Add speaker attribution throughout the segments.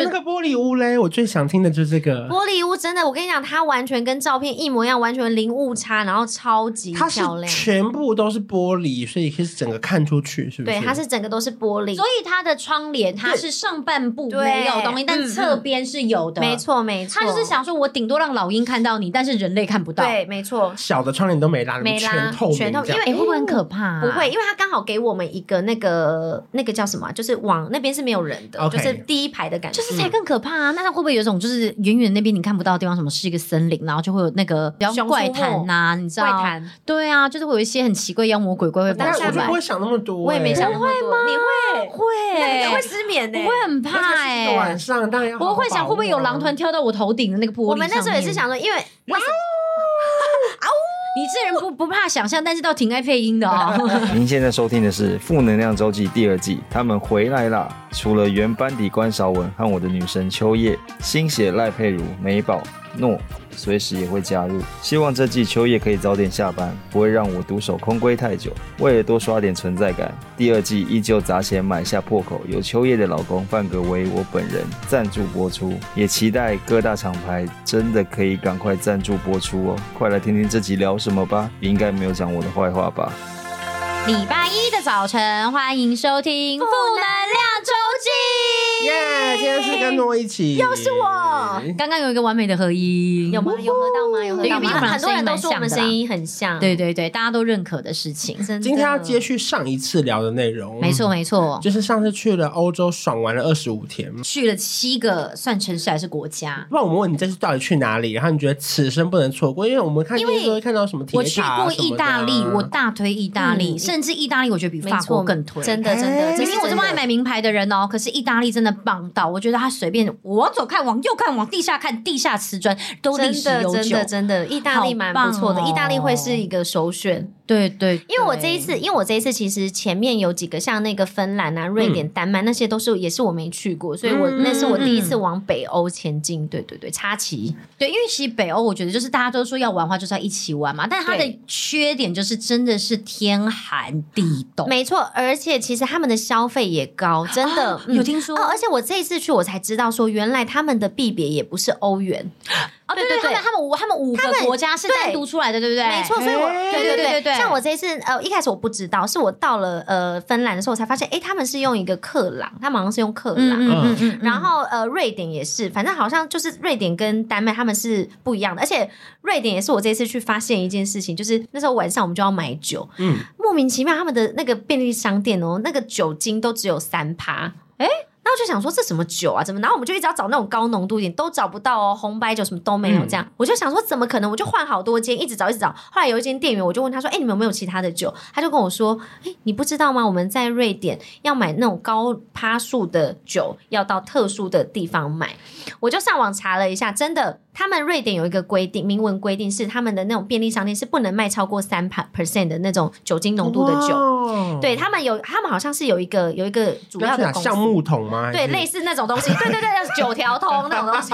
Speaker 1: 玻璃屋嘞，我最想听的就是这个。
Speaker 2: 玻璃屋真的，我跟你讲，它完全跟照片一模一样，完全零误差，然后超级
Speaker 1: 它是
Speaker 2: 漂亮。
Speaker 1: 全部都是玻璃，所以可以整个看出去，是不是？
Speaker 2: 对，它是整个都是玻璃
Speaker 3: 所，以它的窗帘它是上半部
Speaker 2: 对
Speaker 3: 没有东西，但
Speaker 2: 嗯
Speaker 3: 侧边是有的，
Speaker 2: 没。错没错，
Speaker 3: 他就是想说，我顶多让老鹰看到你，但是人类看不到。
Speaker 2: 对，没错，
Speaker 1: 小的窗帘都没拉，
Speaker 2: 没拉
Speaker 1: 全透明这
Speaker 2: 全透
Speaker 1: 样，
Speaker 2: 明，因为
Speaker 3: 哎、会不会很可怕、啊？
Speaker 2: 不会，，因为他刚好给我们一个那个那个叫什么啊，就是往那边是没有人的
Speaker 1: OK
Speaker 2: 就是第一排的感觉，
Speaker 3: 就是才更可怕啊！那它会不会有一种就是远远那边你看不到的地方，什么是一个森林，然后就会有那个比
Speaker 2: 熊出
Speaker 3: 方怪谈呐、你知道？
Speaker 2: 怪谈。
Speaker 3: 对啊，就是会有一些很奇怪妖魔鬼怪会跑
Speaker 1: 但
Speaker 2: 当
Speaker 1: 是
Speaker 3: 出
Speaker 2: 下
Speaker 1: 我就
Speaker 3: 来
Speaker 1: 不。会想那么多、
Speaker 2: 我也没想
Speaker 1: 欸
Speaker 2: 那么多，你会
Speaker 3: 会，
Speaker 2: 你会失眠呢、欸
Speaker 3: 我会很怕
Speaker 1: 而且是一个
Speaker 3: 哎、
Speaker 1: 晚上当然要好好
Speaker 3: 我会想
Speaker 1: 把握
Speaker 3: 会不会有狼团跳到我头顶的那个玻璃
Speaker 2: 我们那时候也是
Speaker 3: 上
Speaker 2: 想说，
Speaker 3: 面，
Speaker 2: 因为为什么
Speaker 3: 你这人不不怕想象，但是倒挺爱配音的 哦。
Speaker 4: 您现在收听的是《负能量周记》第二季，他们回来啦！除了原班底关韶文和我的女神秋叶，新血赖佩如、美宝、诺随时也会加入。希望这季秋叶可以早点下班，不会让我独守空闺太久。为了多刷点存在感，第二季依旧砸钱买下破口，由秋叶的老公范格为我本人赞助播出，也期待各大厂牌真的可以赶快赞助播出哦！快来听听这集聊什么吧，你应该没有讲我的坏话吧？
Speaker 3: 礼拜一的早晨，欢迎收听《负能
Speaker 2: 哦
Speaker 3: 量周记》。
Speaker 1: 耶今天是跟诺一起，又是我，
Speaker 3: 刚刚有一个完美的合音，
Speaker 2: 有吗？有喝到吗？有喝
Speaker 3: 对
Speaker 2: 到
Speaker 3: 因为我
Speaker 2: 吗？
Speaker 3: 们
Speaker 2: 很多人都说我们
Speaker 3: 声
Speaker 2: 声
Speaker 3: 音
Speaker 2: 音很像，
Speaker 3: 对，对对，大家都认可的事情。
Speaker 2: 真的
Speaker 1: 今天要接续上一次聊的内容，
Speaker 3: 没错，没错，
Speaker 1: 就是上次去了欧洲爽玩了二十五天。
Speaker 3: 去了七个算城市还是国家？
Speaker 1: 不然我们问你这次到底去哪里，然后你觉得此生不能错过，因为我们看
Speaker 3: 因
Speaker 1: 电
Speaker 3: 为
Speaker 1: 视都会看到什么铁
Speaker 3: 我去
Speaker 1: 塔啊
Speaker 3: 过
Speaker 1: 什么
Speaker 3: 意大利，
Speaker 1: 的啊
Speaker 3: 我大推意大利，
Speaker 2: 嗯
Speaker 3: 甚至意大利我觉得比
Speaker 2: 没
Speaker 3: 法
Speaker 2: 错，
Speaker 3: 国更推。
Speaker 2: 真的真
Speaker 1: 哎
Speaker 2: 的，
Speaker 3: 明
Speaker 2: 是
Speaker 3: 明我这么爱
Speaker 2: 真的
Speaker 3: 买名牌的人哦，可是意大利真的棒到，我觉得他随便我往左看，往右看，往地下看，地下瓷砖都历史
Speaker 2: 真
Speaker 3: 悠
Speaker 2: 的真
Speaker 3: 久
Speaker 2: 的。真的，意大利蛮不错的，
Speaker 3: 好棒哦
Speaker 2: 意大利会是一个首选。
Speaker 3: 对对，
Speaker 2: 因为我这一次，因为我这一次其实前面有几个像那个芬兰啊、瑞典、丹麦那些都是也是我没去过，所以我
Speaker 1: 嗯
Speaker 2: 那是我第一次往北欧前进。对对对，插旗
Speaker 3: 对，因为其实北欧我觉得就是大家都说要玩的话就是要一起玩嘛，但是它的
Speaker 2: 对
Speaker 3: 缺点就是真的是天寒地冻，
Speaker 2: 没错，而且其实他们的消费也高，真的、
Speaker 3: 啊
Speaker 2: 嗯
Speaker 3: 有听说
Speaker 2: 哦。而且我这一次去，我才知道说原来他们的币别也不是欧元，
Speaker 3: 啊，对
Speaker 2: 对
Speaker 3: 对，
Speaker 2: 对
Speaker 3: 他们他们五
Speaker 2: 他
Speaker 3: 他们五个
Speaker 2: 们
Speaker 3: 国家是
Speaker 2: 对
Speaker 3: 单独出来的，对不对？
Speaker 2: 没错。所以我
Speaker 1: 哎
Speaker 2: 对
Speaker 3: 对
Speaker 2: 对
Speaker 3: 对
Speaker 2: 对
Speaker 3: 对
Speaker 2: 像我这一次呃一开始我不知道，是我到了呃芬兰的时候我才发现，哎，他们是用一个克朗，他们好像是用克朗。
Speaker 3: 嗯嗯嗯嗯，
Speaker 2: 然后呃，瑞典也是，反正好像就是瑞典跟丹麦他们是不一样的，而且瑞典也是我这次去发现一件事情，就是那时候晚上我们就要买酒，
Speaker 1: 嗯，
Speaker 2: 莫名其妙他们的那个便利商店哦，那个酒精都只有三趴，
Speaker 3: 诶
Speaker 2: 那我就想说这什么酒啊？怎么？然后我们就一直要找那种高浓度一点，都找不到哦，红白酒什么都没有。
Speaker 1: 嗯
Speaker 2: 这样、我就想说怎么可能？我就换好多间，一直找一直找。后来有一间店员，我就问他说：“哎、你们有没有其他的酒？”他就跟我说：“哎、你不知道吗？我们在瑞典要买那种高趴数的酒，要到特殊的地方买。”我就上网查了一下，真的，他们瑞典有一个规定，明文规定是他们的那种便利商店是不能卖超过三 percent 的那种酒精浓度的酒。
Speaker 1: 酒
Speaker 2: 对他们有，他们好像是有一个有一个主要的公司
Speaker 1: 橡，木桶吗？还
Speaker 2: 对，
Speaker 1: 是
Speaker 2: 类似那种东西，对对对，就是九条通那种 东西，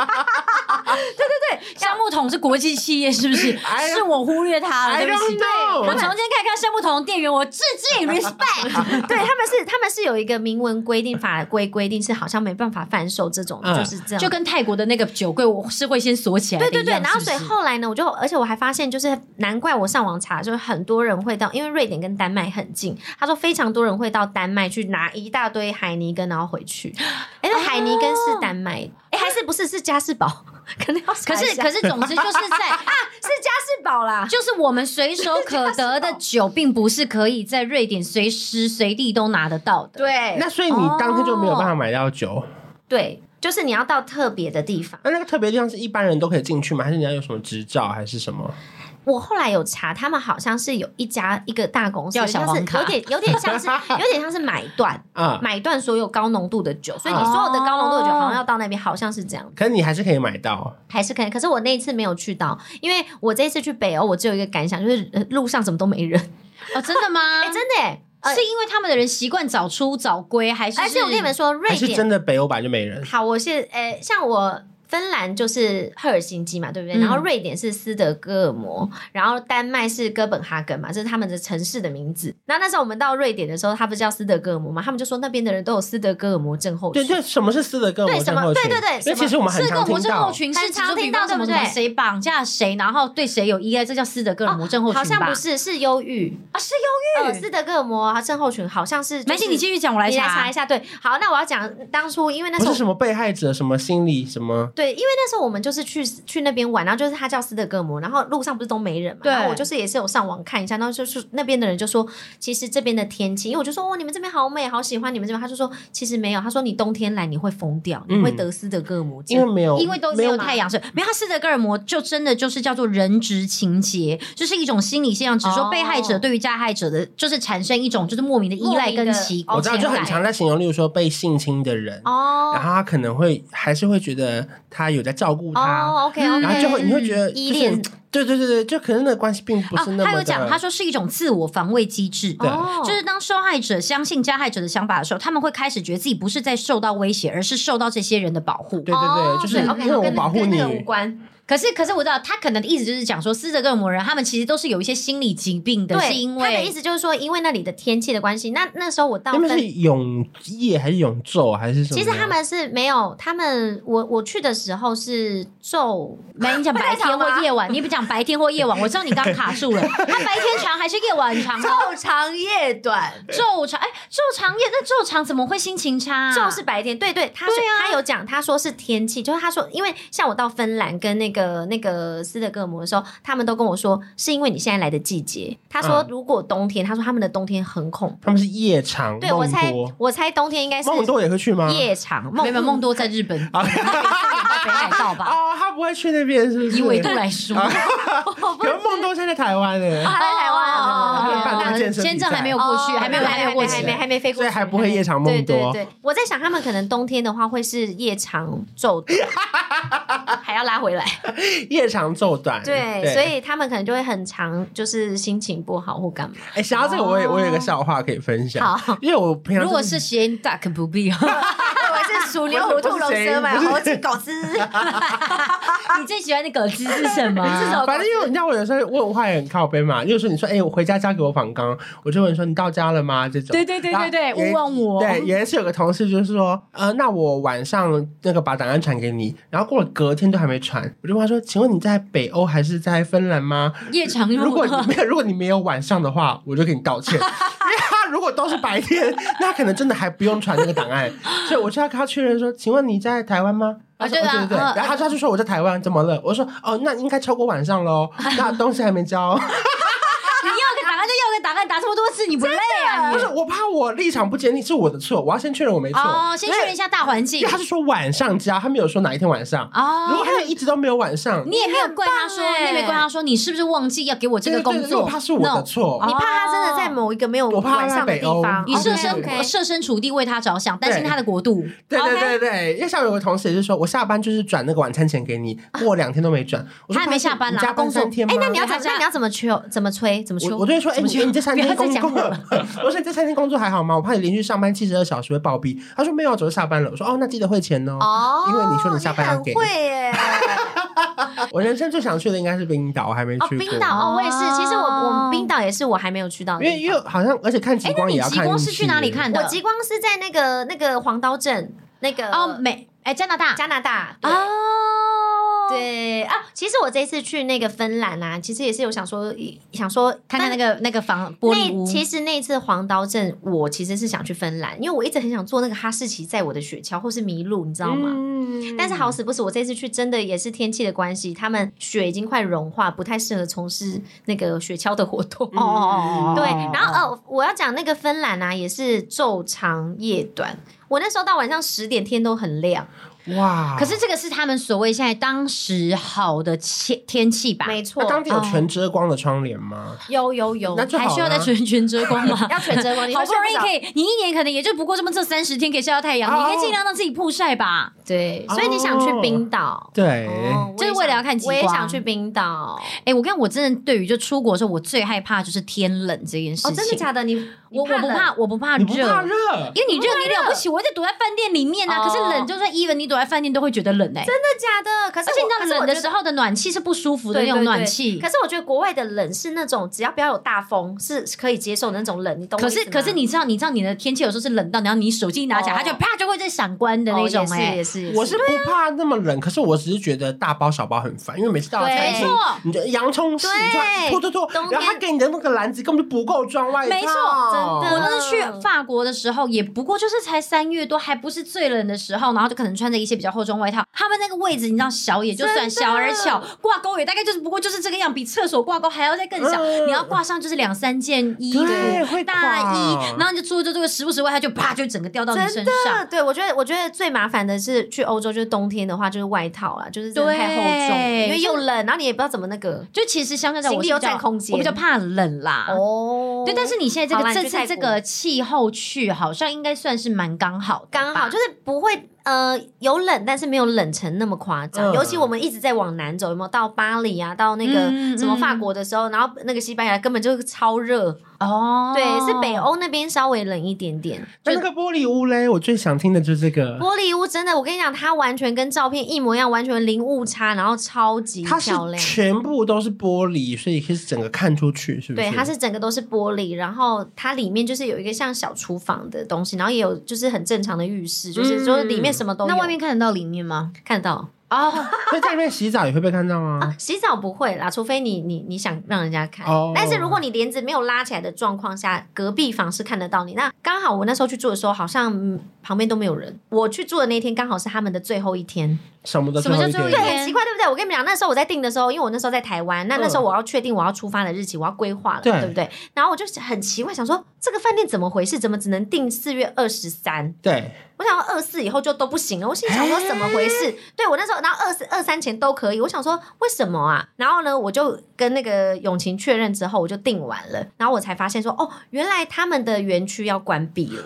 Speaker 3: 橡木桶是国际企业，是不 是？
Speaker 1: 哎呀
Speaker 3: 是我忽略它了，
Speaker 1: I
Speaker 3: 对
Speaker 1: don't
Speaker 3: 不起。
Speaker 1: know
Speaker 3: 我从今天看看橡木桶的店员，我致敬 respect。
Speaker 2: 对，他们是他们是有一个明文规定，法规规定是好像没办法贩售这种，
Speaker 1: 嗯
Speaker 2: 就是这样，
Speaker 3: 就跟泰国的那个酒柜，我是会先锁起来的
Speaker 2: 对
Speaker 3: 一样。
Speaker 2: 对对，然后
Speaker 3: 是
Speaker 2: 所以
Speaker 3: 不是
Speaker 2: 后来呢，我就而且我还发现，就是难怪我上网查，就是很多人会到，因为瑞典跟丹麦很近，他说非常多人会到丹麦去拿一大堆海尼根，然后回 去。哎，那海尼根是丹麦，哎，还是不是是嘉士堡？可能要
Speaker 3: 可是可
Speaker 2: 是
Speaker 3: 是，总之就是在。。
Speaker 2: 是嘉士堡啦
Speaker 3: 就是我们随手可得的酒，并不是可以在瑞典随时随地都拿得到 的。
Speaker 2: 对
Speaker 1: 那所以你当天就没有
Speaker 2: 哦
Speaker 1: 办法买到酒。
Speaker 2: 对，就是你要到特别的地方。
Speaker 1: 那那个特别地方是一般人都可以进去吗？还是你要有什么执照还是什么？
Speaker 2: 我后来有查，他们好像是有一家一个大公司，
Speaker 3: 要
Speaker 2: 就
Speaker 3: 小
Speaker 2: 是
Speaker 3: 黄卡嗯
Speaker 2: 有点有点像 是有点像是买断。
Speaker 1: 啊、
Speaker 2: 买断所有高浓度的酒，
Speaker 3: 哦
Speaker 2: 所以你所有的高浓度的酒好像要到那边，好像是这样，
Speaker 1: 可是你还是可以买到。
Speaker 2: 还是可以。可是我那一次没有去到，因为我这一次去北欧，我只有一个感想，就是呃路上怎么都没人。
Speaker 3: 哦，真的吗？
Speaker 2: 哎、真的、欸，呃
Speaker 3: 是因为他们的人习惯早出早归，还是？
Speaker 2: 而且我跟你们，
Speaker 1: 还
Speaker 2: 说，瑞
Speaker 1: 是
Speaker 2: 典
Speaker 1: 真的北欧版就没人？
Speaker 2: 好，我是呃、像我芬兰就是赫尔辛基嘛，对不对？然后
Speaker 3: 嗯
Speaker 2: 瑞典是斯德哥尔摩，然后丹麦是哥本哈根嘛，这是他们的城市的名字。那那时候我们到瑞典的时候，它不是叫斯德哥尔摩嘛？他们就说那边的人都有斯德哥尔摩症候
Speaker 1: 对
Speaker 2: 群。
Speaker 1: 对，什么是斯德哥尔摩
Speaker 2: 对什
Speaker 1: 症
Speaker 2: 么
Speaker 1: 候群？
Speaker 2: 对对对
Speaker 1: 因为其实我们很
Speaker 3: 斯德
Speaker 1: 常
Speaker 3: 哥
Speaker 1: 听
Speaker 3: 摩症候
Speaker 1: 到，
Speaker 3: 群
Speaker 2: 很
Speaker 3: 是
Speaker 2: 常
Speaker 3: 指
Speaker 2: 听到
Speaker 3: 比方什么
Speaker 2: 对不对
Speaker 3: 什么谁绑架谁，然后对谁有依赖，这叫斯德哥尔摩症候群吧？
Speaker 2: 哦好像不是，是忧郁。
Speaker 3: 啊，是忧郁。
Speaker 2: 呃，斯德哥尔摩症候群好像是、就是。
Speaker 3: 没事，你继续讲，我来
Speaker 2: 你来查
Speaker 3: 查啊
Speaker 2: 一。下。对，好，那我要讲当初，因为那时
Speaker 1: 不
Speaker 2: 候
Speaker 1: 是什么被害者，什么心理什么，
Speaker 2: 对，因为那时候我们就是去去那边玩，然后就是他叫斯德哥尔摩，然后路上不是都没人嘛，
Speaker 3: 对
Speaker 2: 然后我就是也是有上网看一下，然后就是那边的人就说，其实这边的天气，因为我就说哦，你们这边好美，好喜欢你们这边，他就说其实没有，他说你冬天来你会疯掉，你会得斯德哥尔摩症，
Speaker 1: 嗯因为没有，
Speaker 3: 因为都
Speaker 1: 没
Speaker 3: 没有
Speaker 1: 有
Speaker 3: 太阳，所以没有。他斯德哥尔摩就真的就是叫做人质情结，就是一种心理现象，只是说被害者
Speaker 2: 哦
Speaker 3: 对于加害者的，就是产生一种就是莫名的依
Speaker 2: 莫
Speaker 3: 赖
Speaker 2: 名
Speaker 3: 跟
Speaker 2: 的
Speaker 3: 奇怪。
Speaker 1: 我知道，就很常在形容，例如说被性侵的人，然
Speaker 2: 哦
Speaker 1: 后他可能会还是会觉得他有在照顾他，
Speaker 2: 哦，OK
Speaker 3: 嗯
Speaker 2: OK，
Speaker 1: 然后就会你会觉得
Speaker 2: 嗯依
Speaker 1: 就是
Speaker 2: 恋
Speaker 1: 对对对对，就可能那个关系并不
Speaker 3: 啊
Speaker 1: 是那，
Speaker 3: 他
Speaker 1: 么
Speaker 3: 有讲，
Speaker 1: 的。
Speaker 3: 他说是一种自我防卫机制。
Speaker 1: 对
Speaker 2: 哦
Speaker 3: 就是当受害者相信加害者的想法的时候，他们会开始觉得自己不是在受到威胁，而是受到这些人的保护。
Speaker 1: 对对对，就是
Speaker 2: 哦，OK，
Speaker 1: 因为我
Speaker 2: 跟
Speaker 1: 保护
Speaker 2: 跟
Speaker 1: 你
Speaker 2: 那个，无关，
Speaker 3: 可是，可是我知道他可能的意思就是讲说，斯德哥尔摩人他们其实都是有一些心理疾病的，是因
Speaker 2: 对，他的意
Speaker 3: 为
Speaker 2: 思就是说，因为那里的天气的关系，那那时候我到
Speaker 1: 那边
Speaker 2: 芬
Speaker 1: 是永夜还是永昼啊还是什么？
Speaker 2: 其实他们是没有，他们我我去的时候是昼，
Speaker 3: 没你讲白天或
Speaker 1: 啊
Speaker 3: 夜晚，你 不讲白天或夜晚，我知道你刚卡住 了。他白天长还是夜晚长啊？
Speaker 2: 昼长夜短，
Speaker 3: 昼长哎，昼长夜那昼长怎么会心情差啊？
Speaker 2: 昼是白天，对对，他是、他有讲，他说是天气，就是他说，因为像我到芬兰跟那个那个斯德哥尔摩的时候，他们都跟我说是因为你现在来的季节，他说
Speaker 1: 嗯
Speaker 2: 如果冬天，他说他们的冬天很恐怖，
Speaker 1: 他们是夜场，
Speaker 2: 对我
Speaker 1: 梦
Speaker 2: 猜
Speaker 1: 多
Speaker 2: 我猜冬天应该是
Speaker 1: 梦多啊也会去吗？
Speaker 2: 夜长
Speaker 3: 没有没有
Speaker 2: 梦
Speaker 3: 梦多在日 本，
Speaker 1: 啊
Speaker 3: 北海道吧？
Speaker 1: 哦，他不会去那边，是不是？
Speaker 3: 以纬度来说，
Speaker 1: 啊可是梦多现在在台湾呢，
Speaker 2: 还在台湾
Speaker 3: 哦哦
Speaker 1: 他
Speaker 2: 啊
Speaker 1: 们办那个健身比赛
Speaker 3: 签证还没有过
Speaker 2: 哦
Speaker 3: 去，还没有还没有过
Speaker 2: 还
Speaker 3: 期
Speaker 2: 没。还没飞过
Speaker 1: 所
Speaker 2: 去，
Speaker 1: 以还不会夜长梦多。啊
Speaker 2: 对对对，我在想他们可能冬天的话会是夜长 昼短，还要拉回来。
Speaker 1: 夜长昼短。
Speaker 2: 对，所以他们可能就会很长，就是心情不好或干嘛。
Speaker 1: 哎，想到这个，我也我有一个笑话可以分享。
Speaker 2: 哦好，
Speaker 1: 因为我平常
Speaker 3: 如果是谐音，大可不必。
Speaker 2: 我是鼠
Speaker 1: 牛虎兔龙蛇马猴
Speaker 2: 子狗 子。
Speaker 3: 你最喜欢的狗字是 什么？
Speaker 2: 是什么
Speaker 1: 啊反正因为你知道，我有时候问话也很靠背嘛。例如说，你说：“哎、我回家交给我仿钢。”我就问说：“你到家了吗？”这种。
Speaker 3: 对对对对对，
Speaker 1: 然后有一
Speaker 3: 勿忘我。
Speaker 1: 对，有一次有个同事就是说：“呃，那我晚上那个把档案传给你。”然后过了隔天都还没传，我就问他说：“请问你在北欧还是在芬兰吗？”
Speaker 3: 夜长
Speaker 1: 如 果你没有，如果你没有晚上的话，我就给你道歉。因为他如果都是白天，那可能真的还不用传那个档案。所以我就要跟他确认说：“请问你在台湾吗？”他
Speaker 3: 啊
Speaker 1: 说：“
Speaker 3: 对
Speaker 1: 哦
Speaker 3: 啊
Speaker 1: 对对对。”
Speaker 3: 嗯
Speaker 1: 然后他就他就说：“我在台湾，怎么了？”我说：“哦，那应该超过晚上喽，那东西还没 交。
Speaker 3: 你要个答案就要个答案，答这么多次你不累 啊？
Speaker 1: 不
Speaker 3: 你
Speaker 1: 是，我怕我立场不坚定是我的错，我要先确认我没错。
Speaker 3: 哦，先确认一下大环
Speaker 1: 因
Speaker 3: 境
Speaker 1: 为他是说晚上交，他没有说哪一天晚上。如果
Speaker 3: 哦。
Speaker 1: 他就一直都没有晚上，
Speaker 3: 你也没有怪他说，
Speaker 2: 你很
Speaker 3: 你
Speaker 2: 棒欸
Speaker 3: 也没怪他说，你是不是忘记要给我这个工
Speaker 1: 对对对
Speaker 3: 作？
Speaker 1: 我怕是我的
Speaker 3: No
Speaker 1: 错。
Speaker 2: 你怕他真的在某一个没有
Speaker 1: 我怕他
Speaker 2: 晚上的地
Speaker 1: 在
Speaker 2: 方，哦
Speaker 1: 北
Speaker 3: 哦你
Speaker 1: 欧
Speaker 3: 设
Speaker 2: o k
Speaker 3: 身设身处地为他着想，担心他的国度。
Speaker 1: 对对对
Speaker 3: OK
Speaker 1: 对，因为像有个同事也是说，我下班就是转那个晚餐钱给你，过两天都没转，我说
Speaker 3: 啊
Speaker 2: 啊
Speaker 3: 他还没下班啦
Speaker 1: 你加班
Speaker 3: 工作
Speaker 1: 三天吗？
Speaker 2: 哎，那你要
Speaker 3: 对
Speaker 2: 怎
Speaker 3: 他
Speaker 2: 么？
Speaker 3: 这样
Speaker 2: 那你要怎么吹？怎么吹？怎么吹？
Speaker 1: 我我就会说，哎、你你这 三天工作， 我说你这三天工作还好吗？我怕你连续上班七十二小时会暴毙。他说没有，早就下班了。我说哦，那记得汇钱哦。
Speaker 2: 哦，
Speaker 1: 因为你说你下班要哎给
Speaker 2: 很会耶。
Speaker 3: 哦
Speaker 1: 我人生最想去的应该是冰岛，我还没
Speaker 2: 哦，
Speaker 1: 去过。
Speaker 2: 冰岛哦，我也是。其实我我
Speaker 3: 哦
Speaker 2: 冰岛也是我还没有去到的
Speaker 1: 因
Speaker 2: 地方，
Speaker 1: 为因为好像而且看极
Speaker 3: 哎，那
Speaker 1: 光也
Speaker 3: 你
Speaker 1: 要
Speaker 3: 极
Speaker 1: 看
Speaker 3: 光
Speaker 1: 运
Speaker 3: 是
Speaker 1: 气
Speaker 3: 去哪里？看
Speaker 2: 我
Speaker 3: 的？
Speaker 2: 极光是在那个那个黄刀镇那个
Speaker 3: 哦，美哎加拿大
Speaker 2: 加拿大对
Speaker 3: 哦，，
Speaker 2: 对啊，其实我这次去那个芬兰啊，其实也是有想说想说
Speaker 3: 看看那
Speaker 2: 个。
Speaker 3: 个那个房玻璃
Speaker 2: 那
Speaker 3: 屋，
Speaker 2: 其实那次黄刀镇，我其实是想去芬兰，因为我一直很想坐那个哈士奇载我的雪橇，或是麋鹿，你知道吗？
Speaker 1: 嗯
Speaker 2: 但是好死不死，我这次去真的也是天气的关系，他们雪已经快融化，不太适合从事那个雪橇的活动。
Speaker 3: 哦哦哦，
Speaker 2: 对，然后呃，我要讲那个芬兰啊，也是昼长夜短。我那时候到晚上十点，天都很亮，
Speaker 1: 哇，
Speaker 3: 可是这个是他们所谓现在当时好的天天气吧？
Speaker 2: 没
Speaker 1: 那
Speaker 2: 错，
Speaker 1: 当地有全遮光的窗帘吗？
Speaker 2: 有有有，？
Speaker 1: 那就好
Speaker 3: 还
Speaker 1: 了
Speaker 3: 需要再全全遮光吗
Speaker 2: 要全遮 光，你
Speaker 3: 好
Speaker 2: 会
Speaker 3: 不
Speaker 2: 睡
Speaker 3: 容易
Speaker 2: 着
Speaker 3: 可以，你一年可能也就不过这么这三十天可以晒到太阳，你应该尽量让自己曝晒吧。
Speaker 2: 对，所以你想去冰岛。
Speaker 1: 对，
Speaker 2: 哦我
Speaker 3: 就
Speaker 2: 也
Speaker 3: 是为了要看极
Speaker 2: 我
Speaker 3: 光
Speaker 2: 也想去冰岛。
Speaker 3: 哎，我看我真的对于就出国的时候，我最害怕就是天冷这件事情。
Speaker 2: 哦，真的假的？你
Speaker 3: 我我不
Speaker 2: 冷
Speaker 3: 怕，我不怕
Speaker 1: 你不
Speaker 3: 热
Speaker 1: 怕。热？
Speaker 3: 因为你热，你了不起，我就躲在饭店里面啊。
Speaker 2: 哦
Speaker 3: 可是冷，就算 even 你躲在饭店都会觉得冷哎、
Speaker 2: 的假的？可是
Speaker 3: 而且你
Speaker 2: 我
Speaker 3: 知道冷的时
Speaker 2: 候。
Speaker 3: 候的暖气是不舒服的那种暖气
Speaker 2: 可。是我觉得国外的冷是那种只要不要有大风是可以接受的那种冷，你懂我
Speaker 3: 可
Speaker 2: 意思吗？
Speaker 3: 是可是你知道你知道你的天气有时候是冷到，然后你手机一拿起来，
Speaker 2: 哦
Speaker 3: 它就啪就会在闪光的
Speaker 2: 的
Speaker 3: 那
Speaker 2: 那
Speaker 3: 种
Speaker 2: 种
Speaker 3: 哎、
Speaker 2: 哦也是也啊
Speaker 1: 我是不怕那么冷，可是我只是觉得大包小包很烦，因为每次到了餐
Speaker 2: 对
Speaker 1: 厅
Speaker 3: 没，错
Speaker 1: 你的洋葱丝
Speaker 2: 对
Speaker 1: 你就要拖拖拖
Speaker 2: 冬，天
Speaker 1: 然后他给你的那个篮子根本就不够装外套，
Speaker 3: 没错
Speaker 2: 真的
Speaker 3: 哦我那次去法国的时候，也不过就是才三月多，还不是最冷的时候，然后就可能穿着一些比较厚重外套。他们那个位置，你知道小也就算小而巧，挂钩也大概就是不过就是这个样，比厕所挂钩还要再更小。
Speaker 1: 嗯
Speaker 3: 你要挂上就是两三件衣
Speaker 1: 对
Speaker 3: 服、
Speaker 1: 会挂
Speaker 3: 大衣，然后你就做做这个时不时外，它就啪就整个掉到你身
Speaker 2: 真的
Speaker 3: 上。，
Speaker 2: 对我觉得我觉得最麻烦的是去欧洲，就是冬天的话就是外套啦，就是真的太厚重了，
Speaker 3: 对
Speaker 2: 因为又冷，然后你也不知道怎么那个
Speaker 3: 就其实相对在我
Speaker 2: 行李
Speaker 3: 是
Speaker 2: 有
Speaker 3: 比较
Speaker 2: 占空间
Speaker 3: 我比较怕冷啦。
Speaker 2: 哦
Speaker 3: 对，但是你现在这
Speaker 2: 好
Speaker 3: 个
Speaker 2: 啦你
Speaker 3: 这
Speaker 2: 去泰
Speaker 3: 次
Speaker 2: 国
Speaker 3: 这个气候去，好像应该算是蛮刚好的吧，
Speaker 2: 刚好就是不会呃有冷，但是没有冷成那么夸张。
Speaker 1: 嗯
Speaker 2: 尤其我们一直在往南走，有没有到巴黎啊，到那个
Speaker 3: 嗯
Speaker 2: 什么
Speaker 3: 嗯
Speaker 2: 法国的时候，然后那个西班牙根本就是超热，
Speaker 3: 哦，
Speaker 2: 对，是北欧那边稍微冷一点点。
Speaker 1: 哎那那个玻璃屋嘞，我最想听的就是这个。
Speaker 2: 玻璃屋真的，我跟你讲，它完全跟照片一模一样，完全零误差，然后超级
Speaker 1: 它是
Speaker 2: 漂亮。
Speaker 1: 全部都是玻璃，所以可以整个看出去，是不
Speaker 2: 对，
Speaker 1: 是？
Speaker 2: 它是整个都是玻璃，然后它里面就是有一个像小厨房的东西，然后也有就是很正常的浴室，就是
Speaker 1: 嗯
Speaker 2: 说里面什么都有。
Speaker 3: 那外面看得到里面吗？
Speaker 2: 看得到
Speaker 3: 哦，
Speaker 1: 所以在里面洗澡也会被看到
Speaker 2: 啊
Speaker 1: 吗？，
Speaker 2: 洗澡不会啦，除非你你你想让人家看。
Speaker 1: 哦
Speaker 2: 但是如果你帘子没有拉起来的状况下，隔壁房是看得到你。那刚好我那时候去住的时候，好像、嗯旁边都没有人。我去住的那天刚好是他们的最后一天。
Speaker 1: 什么的
Speaker 3: 什么叫
Speaker 1: 最后一
Speaker 3: 最
Speaker 1: 天，
Speaker 3: 后一
Speaker 2: 对，很奇怪，对不对？我跟你们讲，那时候我在订的时候，因为我那时候在台湾，那
Speaker 1: 嗯
Speaker 2: 那时候我要确定我要出发的日期，我要规划了，
Speaker 1: 对
Speaker 2: 对不对？然后我就很奇怪，想说这个饭店怎么回事？怎么只能订四月二十三？
Speaker 1: 对，
Speaker 2: 我想要二四以后就都不行了，我心里想说怎么回
Speaker 1: 哎
Speaker 2: 事？对我那时候，然后二四二三前都可以，我想说为什么啊？然后呢，我就跟那个永晴确认之后，我就订完了，然后我才发现说，哦，原来他们的园区要关闭了。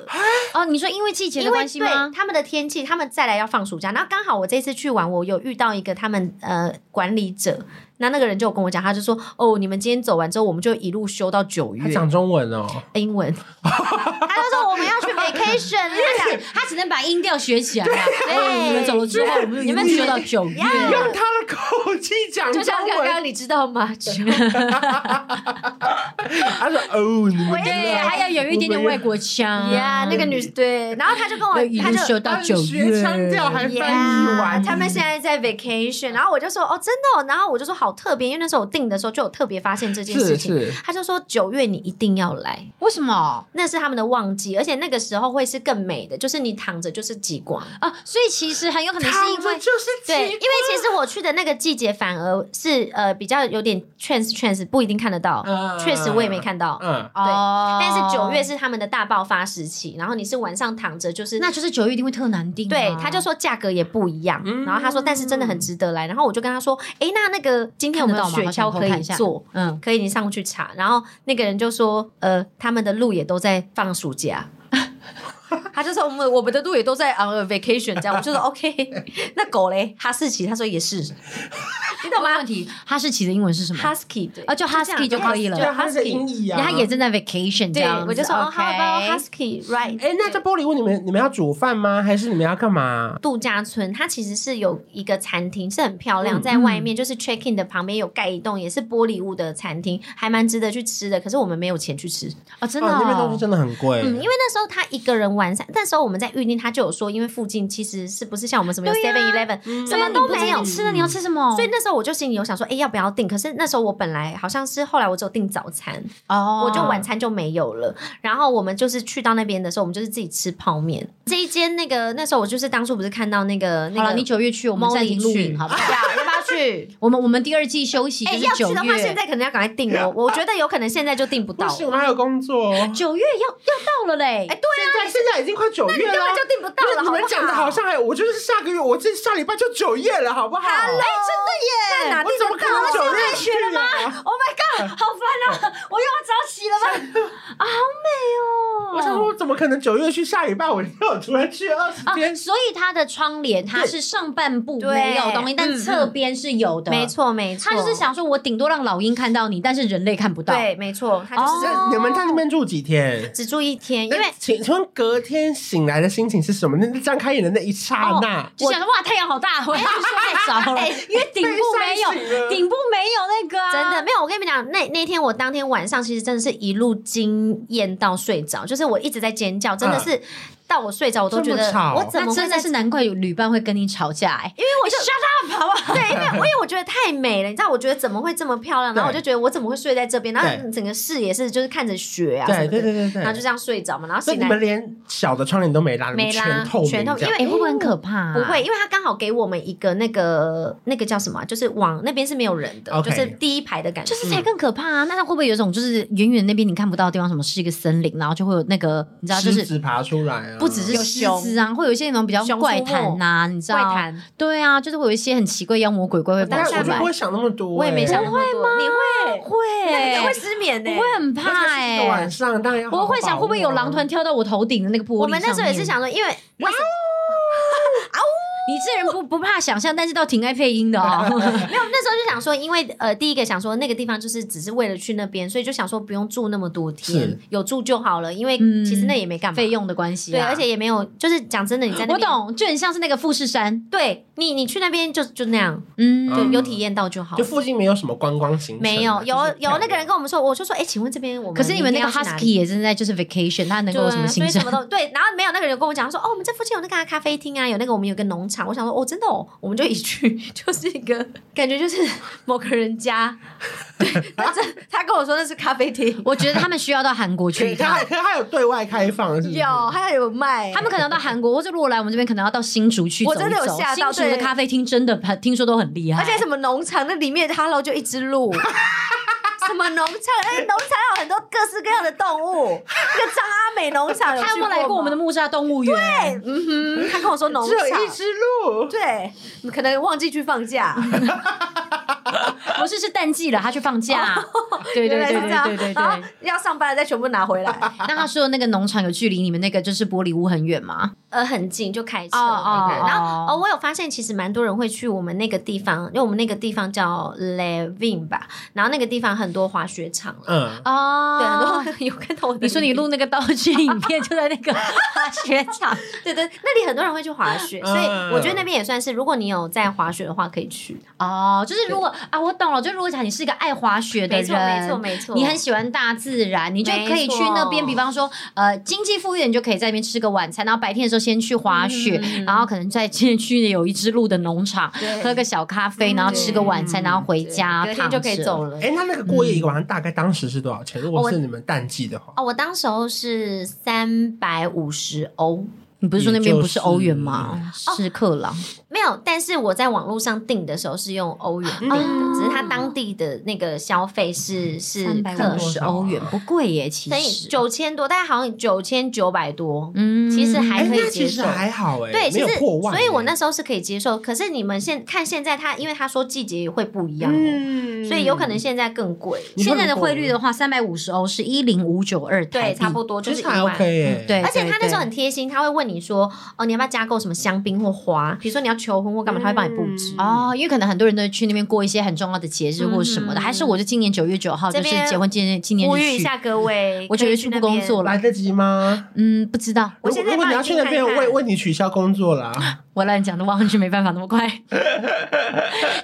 Speaker 3: 哦，你说因为季节
Speaker 2: 因
Speaker 3: 的
Speaker 2: 为
Speaker 3: 关系
Speaker 2: 对
Speaker 3: 吗？
Speaker 2: 他们的天气，他们再来要放暑假，然后刚好我这次去玩，我有遇到一个他们呃管理者，那那个人就有跟我讲，他就说哦，你们今天走完之后，我们就一路休到九
Speaker 1: 他
Speaker 2: 月。
Speaker 1: 讲中文哦，
Speaker 2: 英 文，他就说我们要去 vacation 啦。
Speaker 3: 他只能把音调学起来了。哎，
Speaker 2: 对
Speaker 3: 你们走了之后，你们学到九月。
Speaker 1: 用他的口气讲
Speaker 2: 啊就
Speaker 1: 中
Speaker 2: 像刚
Speaker 1: 文，
Speaker 2: 刚你知道吗？
Speaker 1: 他说哦，你们
Speaker 3: 对，还要有一点点外国腔
Speaker 2: 呀，那 个女
Speaker 1: 嗯
Speaker 2: 对，然后他就跟我
Speaker 3: 要，一
Speaker 2: 他
Speaker 3: 路
Speaker 2: 就
Speaker 3: 修到九月
Speaker 1: 学，腔调还翻译
Speaker 2: Yeah，
Speaker 1: 完，
Speaker 2: 他们现在在 vacation，然后我就说哦，真的、哦，然后我就说好特别，因为那时候我订的时候就有特别发现这件事
Speaker 1: 是
Speaker 2: 情。
Speaker 1: 是
Speaker 2: 他就说九月你一定要来，
Speaker 3: 为什么
Speaker 2: 那是他们的旺季，而且那个时候会是更美的，就是你躺着就是极光。
Speaker 3: 啊？所以其实很有可能是
Speaker 1: 躺
Speaker 3: 因
Speaker 1: 着
Speaker 3: 为
Speaker 1: 就是
Speaker 2: 对，因
Speaker 1: 鸡
Speaker 2: 为其实我去的那个季节反而是呃比较有点 trans trans 不一定看得到，
Speaker 1: 嗯
Speaker 2: 确实我也没看到。
Speaker 1: 嗯，
Speaker 3: 哦，
Speaker 2: 但是九月是他们的大爆发时期，然后你是晚上躺着就是
Speaker 3: 那就是九月一定会特难定啊。
Speaker 2: 对，他就说价格也不一样，然后他说但是真的很值得来，然后我就跟他说，哎，那那个今天我
Speaker 3: 看得
Speaker 2: 们
Speaker 3: 到
Speaker 2: 有
Speaker 3: 吗？
Speaker 2: 雪橇
Speaker 3: 好想偷
Speaker 2: 可
Speaker 3: 看
Speaker 2: 以
Speaker 3: 一下
Speaker 2: 坐，
Speaker 3: 嗯，
Speaker 2: 可以你上去查，然后那个人就说，呃，他们的路也都在放暑假。 他就说我们我们的路也都在 on a vacation 这样，我就说 OK。那狗嘞，哈士奇，他说也是，你懂
Speaker 3: 没
Speaker 2: 吗哦
Speaker 3: 问题。哈士奇的英文是什么？
Speaker 2: ，husky 对，
Speaker 3: 啊就 husky 就可以了
Speaker 2: 对
Speaker 1: 对，他是
Speaker 2: husky，
Speaker 1: 英译啊，
Speaker 3: 然后他也正在 vacation 这
Speaker 2: 对
Speaker 3: 样子。
Speaker 2: 我就说哦
Speaker 3: OK
Speaker 2: how about husky right？
Speaker 1: 哎，那这玻璃屋你们你们要煮饭吗？还是你们要干嘛？
Speaker 2: 度假村，它其实是有一个餐厅，是很漂亮，
Speaker 1: 嗯
Speaker 2: 在外面就是 check in 的旁边有盖一栋也是玻璃屋的餐厅，还蛮值得去吃的。可是我们没有钱去吃，
Speaker 3: 哦，真的
Speaker 1: 哦，那边东
Speaker 3: 哦
Speaker 1: 西真的很贵，
Speaker 2: 嗯，因为那时候他一个人晚上，那时候我们在预定，他就有说，因为附近其实是不是像我们什么有
Speaker 3: 啊
Speaker 2: Seven
Speaker 3: 嗯
Speaker 2: Eleven 什么都哦没有
Speaker 3: 你不知道吃的，你要吃什么？
Speaker 2: 所以那时候我就心里有想说，哎、要不要订？可是那时候我本来好像是后来我只有订早餐，
Speaker 3: 哦，
Speaker 2: 我就晚餐就没有了。然后我们就是去到那边的时候，我们就是自己吃泡面。这一间那个那时候我就是当初不是看到那个那
Speaker 3: 好了，
Speaker 2: 个
Speaker 3: 你九月去，我们暂停录影，好不
Speaker 2: 吧？
Speaker 3: 好？
Speaker 2: 要要不要去？
Speaker 3: 我们我们第二季休息
Speaker 2: 哎、
Speaker 3: 就是
Speaker 2: 要
Speaker 3: 九
Speaker 2: 去的话，现
Speaker 3: 月，
Speaker 2: 在可能要赶快订 哦。我觉得有可能现在就订不到
Speaker 1: 不
Speaker 2: 了，
Speaker 1: 行，我还有工作。
Speaker 3: 九月要要到了嘞
Speaker 2: 哎、。对啊，
Speaker 1: 但现在已经快九月
Speaker 2: 根
Speaker 1: 了
Speaker 2: 本，就订不到
Speaker 1: 不
Speaker 2: 了。
Speaker 1: 是你们
Speaker 2: 不
Speaker 1: 讲的好像还有，我就是下个月，我这下礼拜就九月了，好不好？
Speaker 2: 哎、真的耶，在哪
Speaker 1: 我
Speaker 2: 订
Speaker 1: 怎么
Speaker 2: 得
Speaker 1: 可
Speaker 2: 到
Speaker 1: 能
Speaker 2: 了？
Speaker 1: 九月去啊？
Speaker 2: Oh my god！
Speaker 1: 了。
Speaker 3: 好烦啊！我又要早起了吧？啊，好美哦！
Speaker 1: 我想说，我怎么可能九月去，下礼拜我就突然去二十
Speaker 3: 啊，
Speaker 1: 天？
Speaker 3: 所以它的窗帘它是上半部
Speaker 2: 对
Speaker 3: 没有东西，但
Speaker 2: 嗯
Speaker 3: 侧边是有的。
Speaker 2: 没，错没错，
Speaker 3: 他就是想说，我顶多让老鹰看到你，但是人类看不到。，
Speaker 2: 对，没错，他就是
Speaker 3: 哦
Speaker 1: 那你们在那边住几天？
Speaker 2: 只住一天，因为
Speaker 1: 那请请问隔天醒来的心情是什么？那那张开眼的那一刹那，
Speaker 2: 哦
Speaker 3: 就想说哇，太阳好大，我要去哎睡太早了， 因为顶部没
Speaker 1: 被晒
Speaker 3: 有，
Speaker 1: 醒了
Speaker 3: 顶部没有那个啊
Speaker 2: 真的。没有，我跟你们讲，那那天我当天晚上其实真的是一路惊艳到睡着，就是我一直在尖叫，真的是、到我睡着我都觉
Speaker 1: 嗯这么
Speaker 2: 得
Speaker 1: 吵
Speaker 2: 我怎
Speaker 3: 那
Speaker 2: 么会
Speaker 3: 真
Speaker 2: 在
Speaker 3: 的是难怪有旅伴会跟你吵架哎、
Speaker 2: 因为 我就
Speaker 3: shut up 好不好？
Speaker 2: 对，因为因为我觉得太美了，你知道，我觉得怎么会这么漂亮？然后我
Speaker 1: 对
Speaker 2: 就觉得我怎么会睡在这边？然后
Speaker 1: 对
Speaker 2: 整个视野是就是看着雪啊什
Speaker 1: 对
Speaker 2: 么
Speaker 1: 对
Speaker 2: 的，
Speaker 1: 对对对，
Speaker 2: 然后就这样睡着嘛，然后
Speaker 1: 所以
Speaker 2: 醒
Speaker 1: 你
Speaker 2: 来
Speaker 1: 们连小的窗帘都没拉，你们
Speaker 2: 没拉
Speaker 1: 全透
Speaker 2: 全
Speaker 1: 明
Speaker 2: 透
Speaker 1: 这样。
Speaker 2: 明，因为
Speaker 3: 哎、会不会很可怕、啊？
Speaker 2: 不会，，因为他刚好给我们一个那个那个叫什么啊，就是往那边是没有人的
Speaker 1: OK
Speaker 2: 就是第一排的感觉，
Speaker 3: 就是才更可怕啊！那它会不会有一种就是远远那边你看不到的地方，什么是一个森林，然后就会有那个你知道，就
Speaker 1: 狮
Speaker 3: 是
Speaker 1: 子爬出来啊，
Speaker 3: 不只是
Speaker 2: 有
Speaker 3: 狮
Speaker 2: 熊
Speaker 3: 子啊，会有一些那种比较
Speaker 2: 熊出
Speaker 3: 怪
Speaker 2: 没
Speaker 3: 谈呐、你知
Speaker 2: 怪
Speaker 3: 道？
Speaker 2: 谈，
Speaker 3: 对啊，就是会有一些很奇怪妖魔鬼怪会
Speaker 1: 但
Speaker 2: 当
Speaker 3: 跑
Speaker 1: 是
Speaker 2: 下
Speaker 1: 我
Speaker 3: 出
Speaker 1: 就
Speaker 3: 来
Speaker 1: 不，会想那么多，
Speaker 2: 我也没想
Speaker 1: 哎
Speaker 2: 那么多，你会
Speaker 3: 会，欸
Speaker 2: 那你会失眠呢、欸
Speaker 3: 我会很怕
Speaker 1: 而且是一
Speaker 3: 哎、
Speaker 1: 个晚上当然要好好
Speaker 3: 我会想会不会有
Speaker 1: 把握啊
Speaker 3: 狼团跳到我头顶的那个玻璃
Speaker 2: 我们那时候也是
Speaker 3: 上
Speaker 2: 想说，
Speaker 3: 面，
Speaker 2: 因为
Speaker 3: 你这人不不怕想象，但是到挺爱配音的哦。
Speaker 2: 没有那时候就想说，因为呃，第一个想说那个地方就是只是为了去那边，所以就想说不用住那么多天
Speaker 1: 是，
Speaker 2: 有住就好了，因为
Speaker 3: 嗯
Speaker 2: 其实那也没干嘛，
Speaker 3: 费用的关系、
Speaker 2: 对，
Speaker 3: 啊，
Speaker 2: 而且也没有，就是讲真的，你在那
Speaker 3: 我
Speaker 2: 边，
Speaker 3: 懂，就很像是那个富士山，
Speaker 2: 对你你去那边就就那样，
Speaker 3: 嗯，
Speaker 2: 对，有体验到就好
Speaker 1: 就。附近没有什么观光行程啊，
Speaker 2: 没有，有
Speaker 1: 就是
Speaker 2: 有那个人跟我们说，我就说，哎，请问这边我们
Speaker 3: 可是你们那个
Speaker 2: 明天要去哪里
Speaker 3: Husky 也正在就是 vacation，它能够有
Speaker 2: 对，啊
Speaker 3: 什么
Speaker 2: 所
Speaker 3: 行
Speaker 2: 以
Speaker 3: 程
Speaker 2: 什？么都对，然后没有那个人跟我讲说，哦，我们这附近有那个啊咖啡厅啊，有那个我们有个农场，我想说，哦，真的哦，我们就一去 就是一个感觉就是某个人家，对，他这他跟我说那是咖啡 厅，
Speaker 3: 我觉得他们需要到韩国
Speaker 1: 可
Speaker 3: 去一
Speaker 1: 以，他
Speaker 3: 趟
Speaker 1: 还。可他有对外开放，是不是
Speaker 2: 有还有卖，
Speaker 3: 他们可能要到韩国，或者如果来我们这边，可能要到新竹去走一
Speaker 2: 我
Speaker 3: 走。
Speaker 2: 真的有吓到
Speaker 3: 新竹
Speaker 2: 对
Speaker 3: 的咖啡厅真的很，听说都很厉害。
Speaker 2: 而且什么农场，那里面 Hello 就一只鹿。什么农场？哎，农场有很多各式各样的动物。那个张阿美农场有
Speaker 3: 他有
Speaker 2: 去
Speaker 3: 没有来过我们的
Speaker 2: 吗？
Speaker 3: 木栅动物园？对，
Speaker 2: 嗯哼，他跟我说农
Speaker 1: 只有
Speaker 2: 场
Speaker 1: 一，只鹿，
Speaker 2: 对，可能忘记去放 假。
Speaker 3: 不是是淡季了，他去放假。对对
Speaker 2: 哦原来
Speaker 3: 对
Speaker 2: 是
Speaker 3: 对
Speaker 2: 这样啊
Speaker 3: 对对对。
Speaker 2: 然后要上班了再全部拿回来。
Speaker 3: 那他说的那个农场有距离你们那个就是玻璃屋很远吗？
Speaker 2: 呃，很近就开车。
Speaker 3: 哦哦
Speaker 2: 对然
Speaker 3: 哦
Speaker 2: 后哦，我有发现其实蛮多人会去我们那个地方，因为我们那个地方叫 Levin 吧，然后那个地方很多滑雪场了。
Speaker 1: 嗯，
Speaker 3: 哦
Speaker 2: 对，很多有看到我的
Speaker 3: 你说你
Speaker 2: 影片
Speaker 3: 录那个道具影片就在那 个滑雪场，
Speaker 2: 对对，那里很多人会去滑雪，
Speaker 1: 嗯
Speaker 2: 所以我觉得那边也算是，如果你有在滑雪的话，可以去。
Speaker 3: 哦，就是如果啊，我懂了，就如果讲你是一个爱滑雪的
Speaker 2: 没
Speaker 3: 人，
Speaker 2: 错，没错，没错。
Speaker 3: 你很喜欢大自然，你就可以去那边，
Speaker 2: 没错
Speaker 3: 比方说，呃，经济富裕的你就可以在那边吃个晚餐，然后白天的时候先去滑雪，
Speaker 2: 嗯
Speaker 3: 然后可能在街区有一只鹿的农场
Speaker 2: 对
Speaker 3: 喝个小咖啡，
Speaker 2: 嗯
Speaker 3: 然后吃个晚餐，
Speaker 1: 对
Speaker 3: 然后回家
Speaker 2: 隔天就可以走
Speaker 3: 了。
Speaker 2: 了。
Speaker 1: 哎，那那个过夜一个晚上大概当时是多少钱？如
Speaker 2: 哦
Speaker 1: 果
Speaker 2: 嗯我
Speaker 1: 是你们淡季的话，
Speaker 2: 哦，我当时候是三百五十欧，
Speaker 3: 你不是说那边
Speaker 1: 也就
Speaker 3: 不
Speaker 1: 是
Speaker 3: 是欧元吗？是克朗，
Speaker 2: 没有，但是我在网络上订的时候是用欧元
Speaker 1: 啊
Speaker 2: 订的，
Speaker 3: 嗯
Speaker 2: 只是它当地的那个消费是是
Speaker 1: 克
Speaker 2: 克
Speaker 1: 五十
Speaker 2: 朗，
Speaker 1: 欧元
Speaker 3: 不贵耶，其
Speaker 2: 所以九千多，大概好像九千九百多。
Speaker 3: 嗯
Speaker 2: 其实还
Speaker 1: 哎，
Speaker 2: 可以
Speaker 1: 那
Speaker 2: 接
Speaker 1: 其实
Speaker 2: 受
Speaker 1: 还好哎，
Speaker 2: 对，
Speaker 1: 没
Speaker 2: 其
Speaker 1: 有
Speaker 2: 实
Speaker 1: 破万哎，
Speaker 2: 所以我那时候是可以接受。可是你们现看现在它，因为他说季节会不一样哦、
Speaker 1: 嗯
Speaker 2: 所以有可能现在更贵。
Speaker 1: 你说
Speaker 3: 现在的
Speaker 1: 如果
Speaker 3: 汇率的话，三百五十欧是一零五九二
Speaker 2: 对，差
Speaker 3: 多。
Speaker 2: 不多就
Speaker 1: 其实
Speaker 2: 是嗯一
Speaker 1: 还
Speaker 2: 万。
Speaker 1: OK 哎，
Speaker 3: 对，
Speaker 2: 而且他那时候
Speaker 3: 对
Speaker 2: 很贴心，他会问你说：“哦，你要不要加购什么香槟或花？比如说你要求婚或干嘛，他会帮你布置。
Speaker 3: 哦，因为可能很多人都去那边过一些很重要的节日或什么的，
Speaker 2: 嗯
Speaker 3: 还是我就今年九月九号就是
Speaker 2: 这边
Speaker 3: 结婚纪念纪
Speaker 1: 嗯
Speaker 3: 念
Speaker 2: 呼
Speaker 3: 日
Speaker 2: 吁一
Speaker 3: 去，
Speaker 2: 下各位，
Speaker 3: 我
Speaker 2: 可
Speaker 3: 觉得
Speaker 2: 以
Speaker 3: 去
Speaker 2: 去
Speaker 3: 不
Speaker 2: 那
Speaker 3: 工
Speaker 2: 边
Speaker 3: 作了
Speaker 1: 来，得及吗？
Speaker 3: 嗯，不知道，
Speaker 2: 我
Speaker 1: 如
Speaker 2: 现在
Speaker 1: 如果
Speaker 2: 帮
Speaker 1: 你
Speaker 2: 你
Speaker 1: 要去那边，
Speaker 2: 订看看
Speaker 1: 为为你取消工作啦。
Speaker 3: 我乱讲的忘记没办法那么快。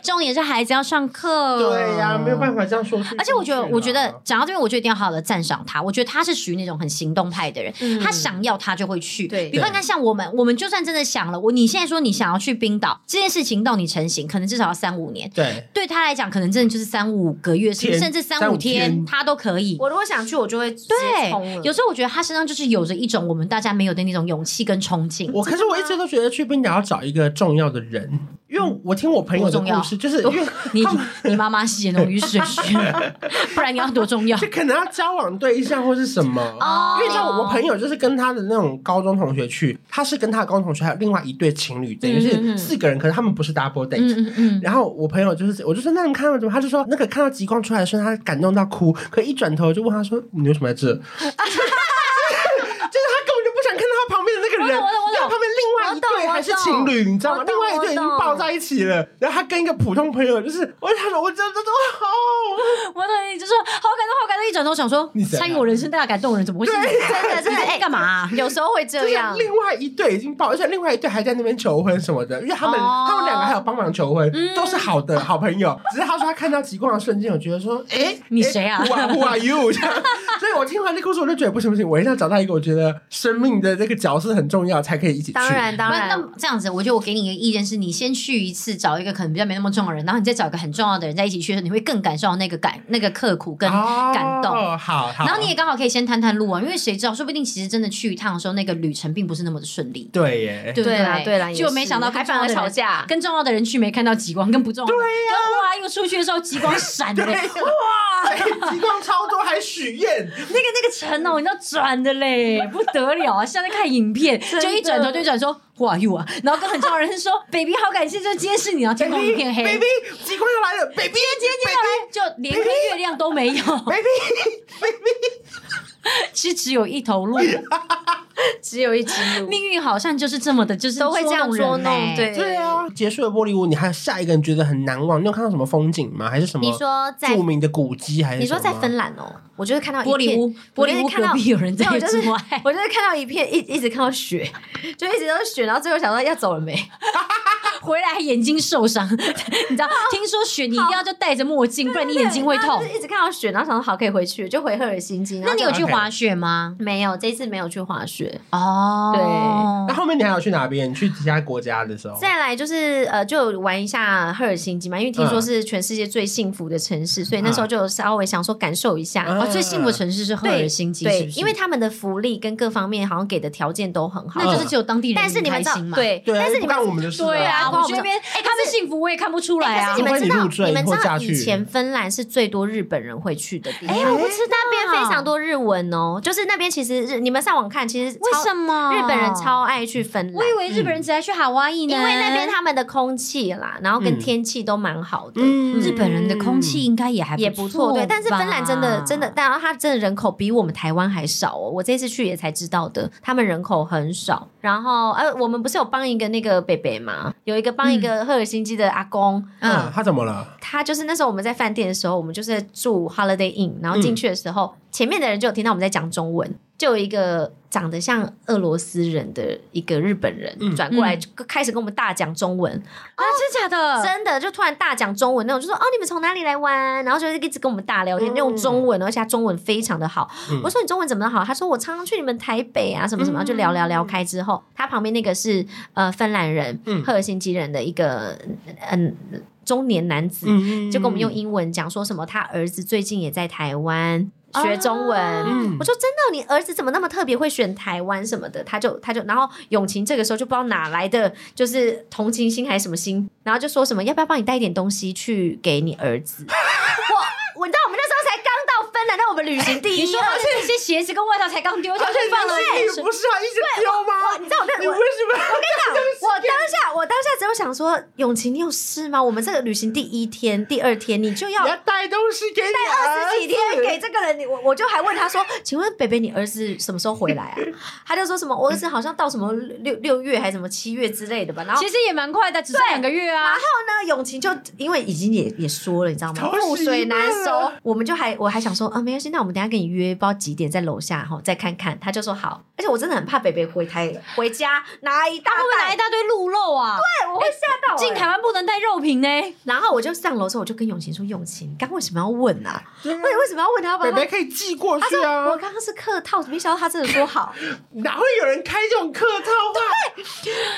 Speaker 3: 重点是孩子要上课，
Speaker 1: 对呀，没有办。法这样说去。
Speaker 3: 嗯而且我觉得，
Speaker 1: 去啦
Speaker 3: 我觉得讲到这边，我就一定要好好的赞赏他。我觉得他是属于那种很行动派的人，
Speaker 2: 嗯
Speaker 3: 他想要他就会去。
Speaker 2: 对
Speaker 3: 比方你看，像我们，我们就算真的想了，我你现在说你想要去冰岛这件事情到你成型，可能至少要三五年。
Speaker 1: 对，
Speaker 3: 对他来讲，可能真的就是三五个月，甚
Speaker 1: 天
Speaker 3: 甚至三
Speaker 1: 三
Speaker 3: 五
Speaker 1: 五
Speaker 3: 天，
Speaker 1: 天
Speaker 3: 他都可以。
Speaker 2: 我如果想去，我就会对
Speaker 3: 对，有时候我觉得他身上就是有着一种我们大家没有的那种勇气跟冲劲。
Speaker 1: 我可是我一直都觉得去冰岛要找一个重要的人，因为我听我朋友的故事，就是因为
Speaker 3: 你你妈妈血浓于水， 不然你要多重要？
Speaker 1: 就可能要交往对象或是什么。
Speaker 3: 哦
Speaker 1: 因为像我朋友就是跟他的那种高中同学去，去，他是跟他的高中同学还有另外一对情侣，等于
Speaker 2: 嗯嗯嗯
Speaker 1: 是四个人，可是他们不是 double date，、
Speaker 3: 嗯嗯嗯，
Speaker 1: 然后我朋友就是，我就说那你们看到怎么？他就说那个看到极光出来的时候，他感动到哭，可一转头就问他说你为什么在这？ 就是就是他根本就不想看到他旁边的那个人，
Speaker 3: 我懂我懂我懂
Speaker 1: 因为旁边另外一对还是情侣，你知道吗
Speaker 2: 我？
Speaker 1: 另
Speaker 2: 懂
Speaker 1: 外一对已经抱在一起了，然后他跟一个普通朋友，就是我就想说我真的真的好，
Speaker 3: 我等你就说好感动，好感动，一转头想说
Speaker 1: 你谁啊
Speaker 3: 参与我人生大感动的人怎么会是你？
Speaker 2: 真的真的，哎，
Speaker 3: 干嘛啊？
Speaker 2: 有时候会
Speaker 1: 就
Speaker 2: 这
Speaker 1: 是
Speaker 2: 样，
Speaker 1: 另外一对已经抱，而且另外一对还在那边求婚什么的，因为他们、
Speaker 3: 哦嗯
Speaker 1: 他们两个还有帮忙求婚，都是好的好朋友。只是他说他看到极光的瞬间，我觉得说，哎、
Speaker 3: 你谁啊
Speaker 1: ？Who are, who are you？这样， 所以我听完这故事，我就觉得不行不行，我一定要找到一个我觉得生命的这个角色很重要，才可以一起去。
Speaker 2: 当然当
Speaker 3: 那
Speaker 2: 然，
Speaker 3: 那这样子，我觉得我给你一个意见是，你先去一次，找一个可能比较没那么重要的人，然后你再找一个很重要的人在一起去的时候，你会更感受到那个感、那个刻苦跟感动。
Speaker 1: 哦，好好。
Speaker 3: 然后你也刚好可以先探探路啊，因为谁知道，说不定其实真的去一趟的时候，那个旅程并不是那么的顺利，
Speaker 1: 对耶，
Speaker 3: 对不
Speaker 2: 对啦对啦，
Speaker 3: 就没想到
Speaker 2: 还
Speaker 3: 跟重
Speaker 2: 反
Speaker 3: 要
Speaker 2: 而
Speaker 3: 的人
Speaker 2: 吵架，
Speaker 3: 跟重要的人去没看到极光，跟不重要的人跟哇又出去的时候极光闪的
Speaker 1: 对
Speaker 3: 嘞，那 个
Speaker 1: 哇，极光超多，还许 愿，
Speaker 3: 那个城哦，你知道转的嘞， 不得了啊！像在看影片，
Speaker 2: 的
Speaker 3: 就一转头就转说 Who are you 啊？然后跟很重要的 人说 Baby 好感谢，就今天是你，然啊后天空一片黑
Speaker 1: baby，极光要来了，baby，今天
Speaker 3: 就连个月亮都没有，
Speaker 1: baby，
Speaker 3: 是只有一头鹿。
Speaker 2: 只有一只 鹿，
Speaker 3: 命运好像就是这么的，就是
Speaker 2: 都会这样
Speaker 3: 捉
Speaker 2: 捉
Speaker 3: 弄人
Speaker 2: 弄，
Speaker 3: 欸。
Speaker 2: 对
Speaker 1: 对。啊，结束了玻璃屋，你还有下一个你觉得很难忘？你有看到什么风景吗？还是什么？
Speaker 2: 你说在
Speaker 1: 著名的古迹还是
Speaker 2: 你说
Speaker 1: 什么啊
Speaker 2: 在芬兰哦，我就是看到一
Speaker 3: 玻璃
Speaker 2: 片
Speaker 3: 屋，玻璃屋
Speaker 2: 我就是看
Speaker 3: 隔
Speaker 2: 到
Speaker 3: 壁有人在
Speaker 2: 没有就是
Speaker 3: 做 爱，
Speaker 2: 我就是看到一片一一直看到雪，就一直都是雪，然后最后想到要走了没？
Speaker 3: 回来还眼睛受伤， 你知
Speaker 2: 哦
Speaker 3: 道？听说雪你一定要就戴着墨镜，不然你眼睛会
Speaker 2: 然后
Speaker 3: 痛
Speaker 2: 就。是一直看到雪，然后想说好可以回去，就回赫尔辛基。然
Speaker 3: 那
Speaker 2: 后
Speaker 3: 你
Speaker 2: 就
Speaker 3: 有去
Speaker 1: OK
Speaker 3: 滑雪吗？
Speaker 2: 没有？这次没有去滑雪。
Speaker 3: 哦，
Speaker 1: 那后面你还有去哪边？你去其他国家的时候？
Speaker 2: 再来就是呃，就有玩一下赫尔辛基嘛，因为听
Speaker 3: 嗯
Speaker 2: 说是全世界最幸福的城市，所以那时候就有稍微想说感受一下。
Speaker 1: 嗯
Speaker 3: 哦，最幸福的城市是赫
Speaker 2: 对，
Speaker 3: 尔辛基，
Speaker 2: 对
Speaker 3: 是不是？
Speaker 2: 因为他们的福利跟各方面好像给的条件都很好。
Speaker 3: 那就是只有当地人
Speaker 2: 但是你们
Speaker 3: 开
Speaker 2: 知道
Speaker 3: 心，嘛。
Speaker 2: 对，
Speaker 1: 对啊，
Speaker 2: 但是
Speaker 1: 不
Speaker 2: 你们
Speaker 1: 干我们的事啊。
Speaker 3: 对啊，
Speaker 2: 对啊
Speaker 3: 我觉得那边他们幸福我也看不出来
Speaker 2: 哎，
Speaker 3: 啊
Speaker 2: 可是。你们知
Speaker 1: 会
Speaker 2: 道
Speaker 1: 不会你入，赘
Speaker 2: 你们知
Speaker 1: 或
Speaker 2: 道
Speaker 1: 嫁去
Speaker 2: 以前芬兰是最多日本人会去的地方，
Speaker 3: 我不知道
Speaker 2: 那边非常多日文哦，就是那边其实日你们上网看，其实
Speaker 3: 为
Speaker 2: 超
Speaker 3: 什么
Speaker 2: 日本人超爱去芬
Speaker 3: 我
Speaker 2: 兰
Speaker 3: 以？为日本人只爱去夏威夷呢，
Speaker 2: 因为那边他们的空气啦，然后跟
Speaker 1: 嗯
Speaker 2: 天气都蛮好的。
Speaker 1: 嗯
Speaker 3: 日本人的空气应该也还
Speaker 2: 也不错，对，但是芬兰真的真的，
Speaker 3: 吧
Speaker 2: 但它真的人口比我们台湾还少哦。我这次去也才知道的，他们人口很少。然后，呃，我们不是有帮一个那个北北嘛，有一个帮一个赫尔辛基的阿公，
Speaker 1: 嗯
Speaker 3: 嗯，，
Speaker 1: 他怎么了？
Speaker 2: 他就是那时候我们在饭店的时候，我们就是住 Holiday Inn，然后进去的时候，前面的人就有听到我们在讲中文，就有一个长得像俄罗斯人的一个日本人
Speaker 1: 嗯
Speaker 2: 转过来，
Speaker 3: 嗯
Speaker 2: 就开始跟我们大讲中文，
Speaker 3: 啊，真假
Speaker 1: 嗯
Speaker 3: 的？
Speaker 2: 真的就突然大讲中文那种，就说哦你们从哪里来玩，然后就是一直跟我们大聊天，
Speaker 1: 嗯
Speaker 2: 用中文，而且他中文非常的好。
Speaker 1: 嗯
Speaker 2: 我说你中文怎么那么好？他说我常常去你们台北啊什么什么，
Speaker 1: 嗯
Speaker 2: 就聊聊聊开之后，他旁边那个是呃芬兰人、
Speaker 1: 嗯
Speaker 2: 赫尔辛基人的一个嗯、中年男子，
Speaker 1: 嗯
Speaker 2: 就跟我们用英文讲说什么，他儿子最近也在台湾
Speaker 3: 哦
Speaker 2: 学中文。
Speaker 1: 嗯
Speaker 2: 我说真的，你儿子怎么那么特别会选台湾什么的？他就他就，然后永晴这个时候就不知道哪来的，就是同情心还是什么心，然后就说什么要不要帮你带一点东西去给你儿子？ 我我你知道我们那时候才刚到芬兰，那我们旅行第
Speaker 3: 你
Speaker 1: 哎
Speaker 2: 一
Speaker 3: 说
Speaker 2: 二
Speaker 3: 而且这些鞋子跟外套才刚丢，就
Speaker 1: 而且
Speaker 3: 放了
Speaker 1: 你是你不是啊，一直丢
Speaker 2: 哇，
Speaker 1: 吗？
Speaker 2: 你知道我那
Speaker 1: 你
Speaker 2: 我
Speaker 1: 为什么？
Speaker 2: 啊我当下我当下只有想说，永晴你有事吗？我们这个旅行第一天、第二天你就要
Speaker 1: 你要带东西给你
Speaker 2: 二
Speaker 1: 儿
Speaker 2: 十
Speaker 1: 子
Speaker 2: 几天给这个人，你我我就还问他说， 请问北北你儿子什么时候回来 啊？他就说什么我儿子好像到什么六六月还是什么七月之类的吧。然后
Speaker 3: 其实也蛮快的，只剩两个月
Speaker 2: 然
Speaker 3: 啊
Speaker 2: 后。呢，永晴就因为已经也也说了，你知道吗？
Speaker 1: 讨喜
Speaker 2: 覆水难收
Speaker 1: 嘛。
Speaker 2: 我们就还我还想说啊，没关系，那我们等一下跟你约，不知道几点在楼下哈，再看看。他就说好，而且我真的很怕北北回台回家拿一大
Speaker 3: 他会不会拿
Speaker 2: 袋
Speaker 3: 一，大堆鹿肉啊？
Speaker 2: 对我会吓到、欸。
Speaker 3: 进台湾不能带肉品呢。
Speaker 2: 然后我就上楼的时候，我就跟永晴说：“永晴，你刚为什么要问啊？
Speaker 1: 对啊
Speaker 2: 为为什么要问他要不
Speaker 1: 北
Speaker 2: 要帮
Speaker 1: 北可以寄过
Speaker 2: 他
Speaker 1: 去
Speaker 2: 说：“
Speaker 1: 啊
Speaker 2: 我，刚刚是客套，没想到他真的说好。
Speaker 1: 哪会有人开这种客套话？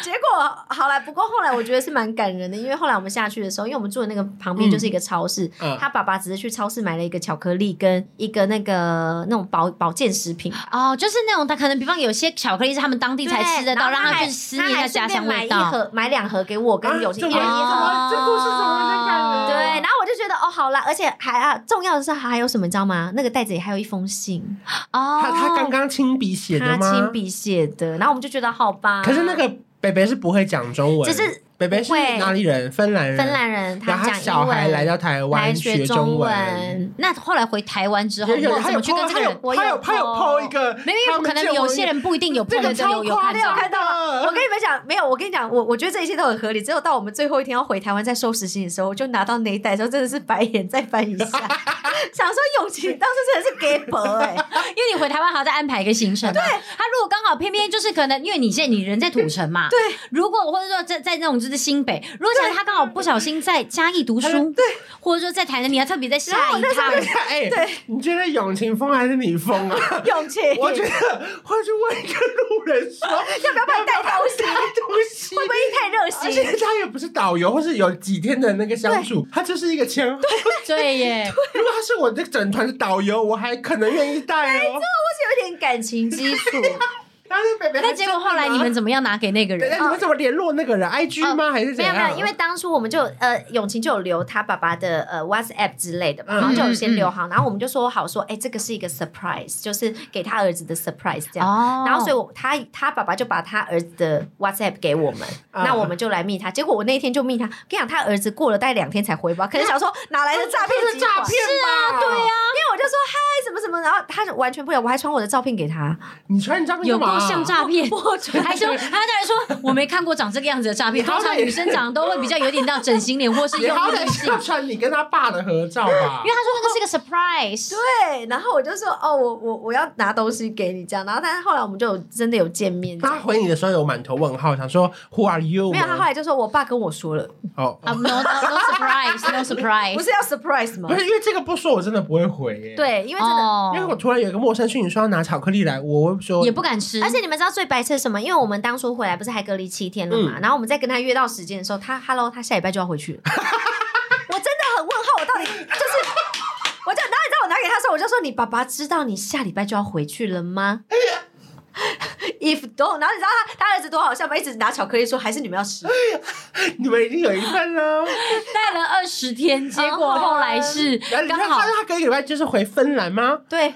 Speaker 2: 结果好了，不过后来我觉得是蛮感人的，因为后来我们下去的时候，因为我们住的那个旁边就是一个超市，
Speaker 1: 嗯
Speaker 2: 他爸爸只是去超市买了一个巧克力跟一个那个那种保保健食品。”
Speaker 3: 哦，就是那种，他可能比方有些巧克力是他们当地才吃得到，
Speaker 2: 对然
Speaker 3: 让
Speaker 2: 后
Speaker 3: 他
Speaker 2: 还
Speaker 3: 去思念一下家乡
Speaker 2: 他还顺便买
Speaker 3: 味
Speaker 2: 一
Speaker 3: 道。
Speaker 2: 盒，买两盒给我跟
Speaker 1: 啊
Speaker 2: 友情
Speaker 1: 怎
Speaker 2: 一
Speaker 1: 么
Speaker 2: 人一
Speaker 3: 哦
Speaker 2: 盒。
Speaker 1: 这故事怎么会这样
Speaker 2: 对，
Speaker 1: 啊？
Speaker 2: 然后我就觉得哦，哦，好啦，而且还啊，重要的是还有什么，你知道吗？那个袋子里还有一封信，
Speaker 3: 哦，
Speaker 1: 他他刚刚亲笔写的
Speaker 2: 他
Speaker 1: 吗？
Speaker 2: 亲笔写的，然后我们就觉得好吧。
Speaker 1: 可是那个北北是不会讲中文，
Speaker 2: 只是
Speaker 1: 北北是
Speaker 2: 不会
Speaker 1: 哪里人？芬兰人。
Speaker 2: 芬兰
Speaker 1: 然
Speaker 2: 人他
Speaker 1: 后他
Speaker 2: 讲
Speaker 1: 小
Speaker 2: 英
Speaker 1: 孩
Speaker 2: 文
Speaker 1: 来到台
Speaker 2: 来
Speaker 1: 湾
Speaker 2: 学
Speaker 1: 中文，
Speaker 2: 文，
Speaker 3: 那后来回台湾之后，
Speaker 1: 也有
Speaker 3: 那
Speaker 1: 他
Speaker 3: 怎
Speaker 1: 有
Speaker 3: 么去跟这个
Speaker 1: 他有
Speaker 3: 人？
Speaker 2: 我
Speaker 1: 他有
Speaker 2: 有
Speaker 1: 他有
Speaker 2: po
Speaker 1: 抛一个，
Speaker 3: 没有，因为可能有些人不一定有
Speaker 1: 这
Speaker 3: 碰
Speaker 1: 个
Speaker 3: 得到，
Speaker 1: 超
Speaker 3: 有有
Speaker 1: 夸
Speaker 3: 看
Speaker 1: 张，
Speaker 3: 到。
Speaker 2: 看到我 跟你们讲，没有，我跟你讲，我我觉得这一切都很合理。只有到我们最后一天要回台湾再收拾行李的时候，我就拿到那一袋的时候，真的是白眼再 翻一下，想说永琪当时真的是 gay 博哎，
Speaker 3: 因为你回台湾还要再安排一个行程嘛。对，他如果刚好偏偏就是可能，因为你现在你人在土城嘛，对。如果或者说在在那种就是新北，如果像他刚好不小心在嘉义读书，对，或者说在台南，你还特别在下一趟，
Speaker 1: 哎，你觉得永晴疯还是你疯 啊？
Speaker 2: 永琪，
Speaker 1: 我觉得会去问一个路人 说要
Speaker 2: 不要帮你带东西
Speaker 1: 带东西，
Speaker 2: 会不会太热
Speaker 1: 而
Speaker 2: 心？
Speaker 1: 且他也不是导游，或是有几天的那个相处，他就是一个签。
Speaker 3: 对耶，
Speaker 1: 如果他是我这整团的导游，我还可能愿意带哦。
Speaker 2: 是有点感情基础，
Speaker 1: 但是北北，
Speaker 3: 那结果后来你们怎么样哦拿给那个
Speaker 1: 等
Speaker 3: 人？
Speaker 1: 下你们怎么联络那个人？IG 吗？还是怎
Speaker 2: 没有
Speaker 1: 样？
Speaker 2: 没有，因为当初我们就呃，永晴就有留他爸爸的呃 WhatsApp 之类的嘛，然后就有先留好，然后我们就说好说，哎、这个是一个 surprise，就是给他儿子的 surprise 这样。
Speaker 3: 哦
Speaker 2: 然后所以我他他爸爸就把他儿子的 WhatsApp 给我们，
Speaker 1: 啊
Speaker 2: 那我们就来密他。结果我那一天就密他，跟你讲他儿子过了大概两天才回 吧，可能想说哪来的诈骗啊
Speaker 1: 这是
Speaker 2: 集
Speaker 1: 诈
Speaker 2: 团？
Speaker 1: 骗吧？对呀，
Speaker 2: 因为我就说嗨什么什么，然后他完全不了，我还传我的照片给他，
Speaker 1: 你传你照片
Speaker 3: 有
Speaker 1: 干嘛啊
Speaker 3: 够像诈 骗，还说还在说我没看过长这个样子的诈骗，
Speaker 1: 你好
Speaker 3: 通
Speaker 1: 歹
Speaker 3: 常女生长得都会比较有点到整形脸或是
Speaker 1: 你
Speaker 3: 用
Speaker 1: 好
Speaker 3: 力
Speaker 1: 歹
Speaker 3: 滤
Speaker 1: 是
Speaker 3: 镜
Speaker 1: 要，传你跟他爸的合照 吧
Speaker 3: 因为？他说那个是个 surprise，
Speaker 2: 对，然后我就说哦，我我我要拿东西给你这样，然后但是后来我们就有真的有见面这样
Speaker 1: 他回你的时候有满头问号，想说 Who are you？
Speaker 2: 没有，他后来就说我爸跟我说了，
Speaker 1: 哦，
Speaker 3: 啊 no no no surprise，no surprise，
Speaker 2: 不是要 surprise 吗
Speaker 1: 不？是因为这个不说，我真的不会回耶。，
Speaker 2: 对，因为真的。
Speaker 3: 哦，
Speaker 1: 因为我突然有一个陌生讯，你说要拿巧克力来，我会说
Speaker 3: 也不敢吃，
Speaker 2: 而且你们知道最白痴是什么？因为我们当初回来不是还隔离七天了嘛，然后我们在跟他约到时间的时候，他 Hello，他下礼拜就要回去了。我真的很问号，我到底就是，我就然后你知道我拿给他的时候，我就说你爸爸知道你下礼拜就要回去了吗 ？If don't，然后你知道他他儿子多好笑吗？一直拿巧克力说还是你们要吃，
Speaker 1: 你们已经有一份 了。
Speaker 3: 带了二十天，结果后来是
Speaker 2: 哦
Speaker 1: 然后你
Speaker 3: 刚
Speaker 1: 看
Speaker 3: 好
Speaker 1: 他，他隔一个礼拜就是回芬兰吗？
Speaker 2: 对，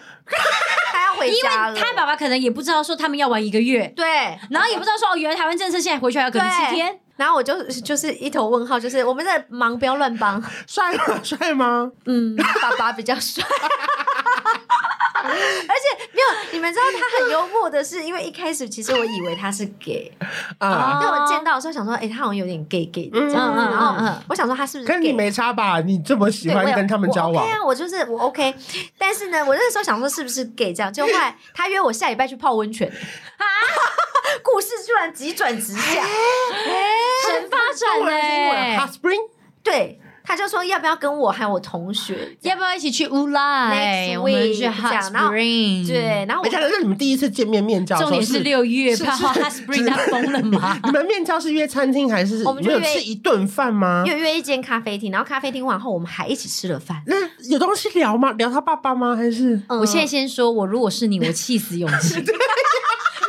Speaker 2: 他要回
Speaker 3: 因为
Speaker 2: 家了，
Speaker 3: 他爸爸可能也不知道说他们要玩一个月，
Speaker 2: 对，
Speaker 3: 然后也不知道说哦，原来台湾政策现在回去还要隔离七天，
Speaker 2: 然后我就就是一头问号，就是我们在忙，不要乱帮。
Speaker 1: 帅吗？ 帅吗？
Speaker 2: 嗯，爸爸比较帅。 而且没有，你们知道他很幽默的是，因为一开始其实我以为他是 gay，
Speaker 1: 啊
Speaker 3: 哦，
Speaker 2: 因为我见到的时候想说，哎、他好像有点 gay gay 的这样子，
Speaker 3: 嗯嗯嗯
Speaker 2: 然后
Speaker 3: 嗯
Speaker 2: 我想说他是不是
Speaker 1: 跟你
Speaker 2: gay？
Speaker 1: 没差吧？你这么喜
Speaker 2: 对我
Speaker 1: 欢
Speaker 2: 有
Speaker 1: 跟他们交往
Speaker 2: 我 OK 啊，我就是我 OK，但是呢，我那时候想说是不是 gay 这样，结果后来他约我下礼拜去泡温泉，啊， 故事居然急转直
Speaker 1: 哎
Speaker 2: 下，哎
Speaker 3: 神发
Speaker 1: 中
Speaker 3: 展
Speaker 1: 文还是英文
Speaker 3: 嘞
Speaker 2: 啊
Speaker 1: ？Hot，Spring，
Speaker 2: 对，他就说要不要跟我还有我同学，
Speaker 3: 要不要一起去乌来？
Speaker 2: Next
Speaker 3: 我们
Speaker 2: week，
Speaker 3: 去 Hot
Speaker 2: 这样然后
Speaker 1: 嗯
Speaker 3: Spring，，
Speaker 2: 对，然后我
Speaker 1: 没差。那你们第一次见面面交的时
Speaker 3: 重
Speaker 1: 候，
Speaker 3: 点是六月，
Speaker 1: 是
Speaker 3: 怕 Hot
Speaker 1: 是？
Speaker 3: Spring 他疯了吗
Speaker 1: 你们面交是约餐厅还是
Speaker 2: 我们
Speaker 1: 你
Speaker 2: 就
Speaker 1: 们有
Speaker 2: 约
Speaker 1: 吃一顿饭吗？
Speaker 2: 又约一间咖啡厅，然后咖啡厅完后，我们还一起吃了饭。
Speaker 1: 那有东西聊吗？聊他爸爸吗？还是
Speaker 2: 嗯
Speaker 3: 我现在先说，我如果是你，我气死永 琪，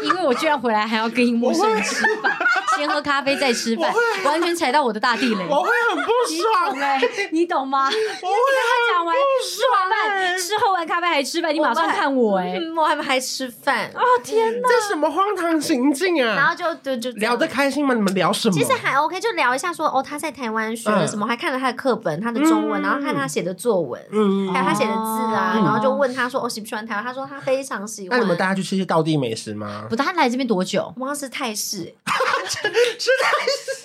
Speaker 3: 因为我居然回来还要跟陌生人吃饭，先喝咖啡再吃饭，完全踩到我的大地雷。
Speaker 1: 我会很不爽
Speaker 3: 懂哎、你 懂吗？
Speaker 1: 我会
Speaker 3: 讲完吃完饭，吃喝完咖啡还吃饭，你马上看我哎、
Speaker 2: 嗯，我还还吃饭，
Speaker 3: 天哪！
Speaker 1: 很这什么荒唐行径
Speaker 2: 然
Speaker 1: 啊！
Speaker 2: 后就就就这样
Speaker 1: 聊得。开心吗？你嗯们聊什么？
Speaker 2: 其实还 OK，就聊一下说哦，他在台湾学了什么，还看了他的课本，他的中
Speaker 1: 嗯
Speaker 2: 文，然后看他写的作文，
Speaker 1: 嗯，
Speaker 2: 还有他写的字啊，
Speaker 3: 哦
Speaker 2: 然后就问他说哦喜不喜欢台湾，他说他非常喜
Speaker 1: 那
Speaker 2: 欢。
Speaker 1: 你们大家去吃一些道地美食吗？
Speaker 3: 不，他来这边多久？
Speaker 2: 我忘了是泰式，
Speaker 1: 吃泰式，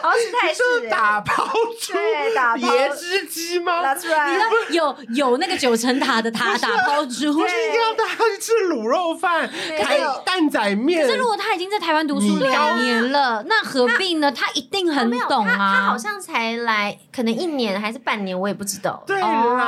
Speaker 2: 好像是泰式
Speaker 1: 就是
Speaker 2: 欸
Speaker 1: 打抛猪、
Speaker 2: 对打抛
Speaker 1: 椰汁鸡吗？
Speaker 2: 拿出来
Speaker 3: 你知，道有有那个九层塔的塔打包猪
Speaker 1: 不。是一定要大家去吃卤肉饭、
Speaker 2: 有
Speaker 1: 还有蛋仔面
Speaker 3: 可？是如果他已经在台湾读书
Speaker 1: 你
Speaker 3: 两年了，那何必呢？他一定很
Speaker 2: 没有
Speaker 3: 懂
Speaker 2: 他他
Speaker 3: 啊
Speaker 2: 好。像才来，可能一年还是半年，我也不知道。
Speaker 1: 对啦，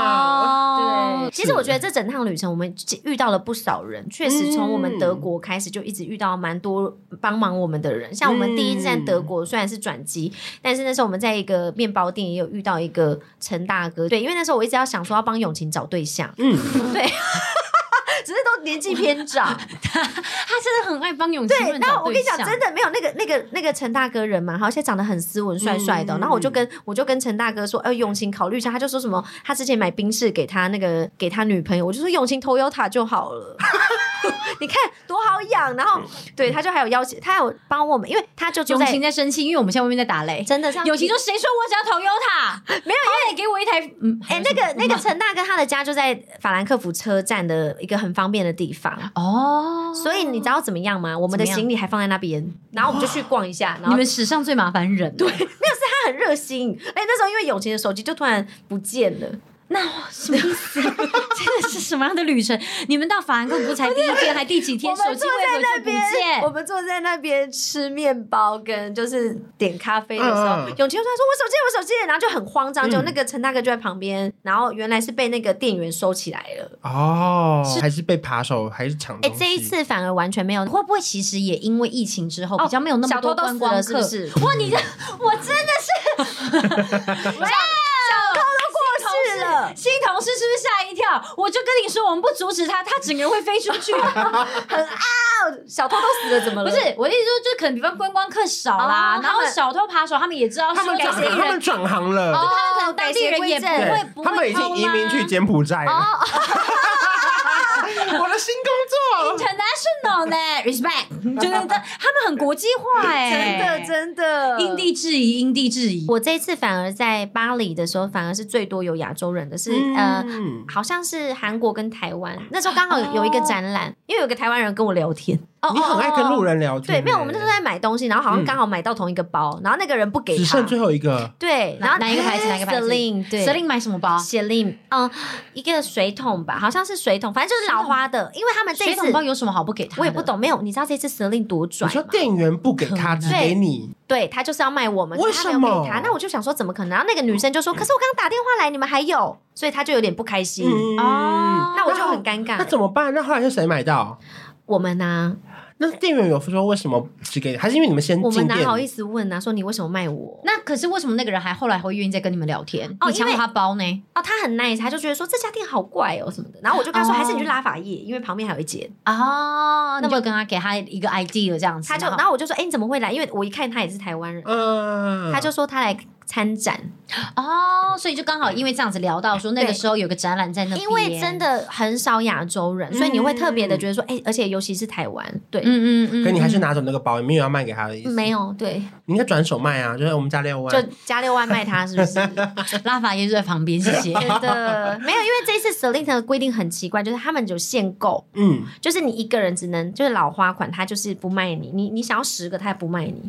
Speaker 3: 哦
Speaker 2: 对，，其实我觉得这整趟旅程，我们遇到了不少人，确实从我们德国开始就一直遇到蛮多帮忙我们的人。像我们第一站德国虽然是转机，但是那时候我们在一个面包店也有遇到一个陈大哥，对，因为那时候我一直要想说要帮永晴找对象，
Speaker 1: 嗯，
Speaker 2: 对。只是都年纪偏长。
Speaker 3: 他真的很爱帮永琪
Speaker 2: 对，
Speaker 3: 润
Speaker 2: 然
Speaker 3: 找
Speaker 2: 后我跟你讲，
Speaker 3: 象
Speaker 2: 真的没有那个那个那个陈大哥人嘛，好，而且长得很斯文帅帅的哦。
Speaker 1: 嗯
Speaker 2: 然后我就跟我就跟陈大哥说，呃，永清考虑一下，他就说什么，他之前买冰室给他那个给他女朋友，我就说永清 Toyota 就好了。 你看多好养，然后对，他就还有邀请，他还有帮我们，因为他就住
Speaker 3: 永
Speaker 2: 在
Speaker 3: 晴在生气，因为我们现在外面在打雷。
Speaker 2: 真的像
Speaker 3: 永晴说：“谁说我只要 Toyota？没有，好歹给我一台……嗯，
Speaker 2: 哎、那个那个陈大哥他的家就在法兰克福车站的一个很方便的地方，
Speaker 3: 哦，
Speaker 2: 所以你知道怎么样吗？我们的
Speaker 3: 怎么样
Speaker 2: 行李还放在那边，然后我们就去逛一下，然
Speaker 3: 你
Speaker 2: 后
Speaker 3: 们史上最麻烦人。”啊对，
Speaker 2: 他很热心，哎、那时候因为永晴的手机就突然不见了，
Speaker 3: 那什么意 思？这个是什么样的旅程？你们到法兰克福才第一天，还第几 天？手机为何就不见
Speaker 2: 我？们坐在那边吃面包跟就是点咖啡的时候，
Speaker 1: 嗯
Speaker 2: 永晴就突然说：“我手机，我手机！”然后就很慌张，
Speaker 1: 嗯
Speaker 2: 就那个陈大哥就在旁边，然后原来是被那个店员收起来了。
Speaker 1: 哦，还是被扒手还是抢
Speaker 2: 哎、
Speaker 1: 东西？
Speaker 2: 这一次反而完全没有，
Speaker 3: 会不会其实也因为疫情之后比较没有那么
Speaker 2: 小
Speaker 3: 多
Speaker 2: 偷都
Speaker 3: 观
Speaker 2: 死
Speaker 3: 光
Speaker 2: 了，是
Speaker 3: 客？
Speaker 2: 不是？
Speaker 3: 哇，你这我真的
Speaker 2: 过世了，
Speaker 3: 新同事是不是吓一跳？我就跟你说，我们不阻止他，他整个人会飞出去。
Speaker 2: 小偷都死了，怎么
Speaker 3: 不
Speaker 2: 了？
Speaker 3: 是我的意思说，就可能比方观光客少啦，
Speaker 2: 哦
Speaker 3: 然后
Speaker 2: 他们
Speaker 3: 小偷扒手呃他们也知道
Speaker 1: 他
Speaker 3: 说
Speaker 1: 们
Speaker 3: 当
Speaker 1: 转
Speaker 3: 地
Speaker 1: 行，他们
Speaker 3: 人，
Speaker 1: 转行了。
Speaker 3: 他们可
Speaker 2: 哦
Speaker 3: 能当地人也不
Speaker 2: 改邪
Speaker 3: 会
Speaker 2: 归
Speaker 1: 对
Speaker 3: 不
Speaker 1: 他们
Speaker 3: 会
Speaker 1: 已经
Speaker 3: 偷啊
Speaker 1: 移民
Speaker 3: 啦
Speaker 1: 去柬埔寨了。
Speaker 2: 哦
Speaker 1: 我的新工作，
Speaker 3: international 呢，respect，就是他他们很国际化哎、
Speaker 2: 真的
Speaker 3: 因地制宜，因地制宜。
Speaker 2: 我这一次反而在巴黎的时候，反而是最多有亚洲人的是，呃，
Speaker 1: 嗯
Speaker 2: 好像是韩国跟台湾，那时候刚好有一个展
Speaker 3: 哦
Speaker 2: 览，因为有个台湾人跟我聊天，哦
Speaker 1: 你很爱跟路
Speaker 2: 人。
Speaker 1: 人聊天
Speaker 2: 对，
Speaker 1: 欸。
Speaker 2: 没有，我们那时候在买东西，然后好像刚好买到同一个包，然后那个人不给
Speaker 1: 只剩
Speaker 2: 他，
Speaker 1: 最后一个，
Speaker 2: 对，然后哎
Speaker 3: 哪一个牌子哪一个牌子
Speaker 2: Celine，对
Speaker 3: Celine 买什么包？
Speaker 2: Celine，嗯，一个水桶吧，好像是水桶，反正就是老花的，因为他们这
Speaker 3: 嗯水
Speaker 2: 一
Speaker 3: 桶包
Speaker 2: 次
Speaker 3: 有什么好不给他的？
Speaker 2: 我也不懂，没有，你知道这次 Celine 多
Speaker 1: 你
Speaker 2: 拽
Speaker 1: 说
Speaker 2: 吗？
Speaker 1: 店员不给他，只给你，
Speaker 2: 对他就是要卖我们，
Speaker 1: 为
Speaker 2: 可是他没有
Speaker 1: 什么哦
Speaker 2: 给他？那我就想说，怎么可能？然后那个女生就说：“可是我刚刚打电话来，你们还有。”所以他就有点不开心。
Speaker 1: 嗯
Speaker 3: 哦
Speaker 2: 那我就很尴
Speaker 1: 那
Speaker 2: 尬。
Speaker 1: 怎么办？那后来是谁买到？
Speaker 2: 我们啊呢、
Speaker 1: 那店员有说为什么只给你？还是因为你们先
Speaker 2: 我
Speaker 1: 进
Speaker 2: 们
Speaker 1: 店
Speaker 2: 哪？好意思问啊？说你为什么卖我？
Speaker 3: 那可是为什么那个人还后来会愿意再跟你们聊天？
Speaker 2: 哦
Speaker 3: 你抢
Speaker 2: 因
Speaker 3: 我
Speaker 2: 为
Speaker 3: 他包呢？
Speaker 2: 哦，他很 nice，他就觉得说这家店好怪哦什么的。然后我就跟他说，
Speaker 3: 哦
Speaker 2: 还是你去拉法叶，因为旁边还有一间。
Speaker 3: 哦，那就跟他给他一个 idea 这样子，
Speaker 2: 他就，
Speaker 3: 然
Speaker 2: 然
Speaker 3: 后
Speaker 2: 后我就说，哎，你怎么会来？因为我一看他也是台湾人，
Speaker 1: 嗯，
Speaker 2: 他就说他来参展，
Speaker 3: 哦，所以就刚好因为这样子聊到说那个
Speaker 2: 对
Speaker 3: 时候有个展览在那边，
Speaker 2: 因为真
Speaker 3: 的，
Speaker 2: 的很少亚洲人，所以你会特别的觉得说，哎，而且尤其是台湾，对，
Speaker 3: 嗯嗯嗯，
Speaker 1: 可你还是
Speaker 3: 嗯
Speaker 1: 拿走那个包，你没有要卖给他的意思。
Speaker 2: 没，有，对，
Speaker 1: 你应该转手卖啊，就是我们家六
Speaker 2: 就
Speaker 1: 万。
Speaker 2: 加六万卖他是不 是？
Speaker 3: 拉法耶就在旁边，谢 谢。
Speaker 2: 真的没有，因为这一次 Celine 的规定很奇怪，就是他们有限购，
Speaker 1: 嗯，
Speaker 2: 就是你一个人只能就是老花款，他就是不卖你，你你想要十个他也不卖你，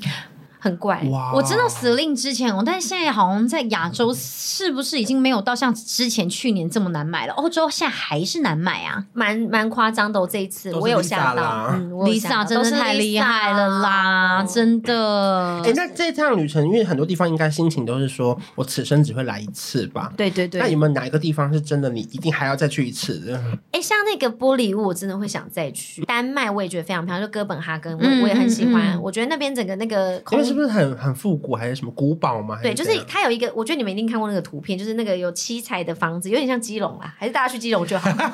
Speaker 2: 很怪。
Speaker 1: 哇，
Speaker 3: 我知道司令之前哦，但是现在好像在亚洲是不是已经没有到像之前去年这么难买了？欧洲现在还是难买啊
Speaker 2: 蛮蛮夸张的、哦，这一次
Speaker 1: 都是
Speaker 2: 我有
Speaker 1: Lisa
Speaker 2: 吓到
Speaker 1: 啦，
Speaker 2: 嗯，我有吓
Speaker 3: ！Lisa
Speaker 2: 到
Speaker 3: 真
Speaker 2: 都
Speaker 3: 的
Speaker 2: 是
Speaker 3: 太厉害了
Speaker 2: Lisa
Speaker 3: 啦，真的
Speaker 2: 哦
Speaker 1: 哎、。那这趟旅程，因为很多地方应该心情都是说我此生只会来一次吧？
Speaker 2: 对对
Speaker 1: 那有
Speaker 2: 对，
Speaker 1: 没有哪一个地方是真的你一定还要再去一次的？
Speaker 2: 哎，像那个玻璃屋，我真的会想再去。丹麦我也觉得非常漂亮，就哥本哈根，我、
Speaker 3: 嗯
Speaker 2: 我也很喜欢。
Speaker 3: 嗯嗯
Speaker 2: 我觉得那边整个那个
Speaker 1: 因
Speaker 2: 空
Speaker 1: 为是不啊是很很复古，还是什么古堡吗？
Speaker 2: 对，就
Speaker 1: 还怎
Speaker 2: 是
Speaker 1: 样
Speaker 2: 它有一个，我觉得你们一定看过那个图片，就是那个有七彩的房子，有点像基隆啦，还是大家去基 隆就好。你知道吗？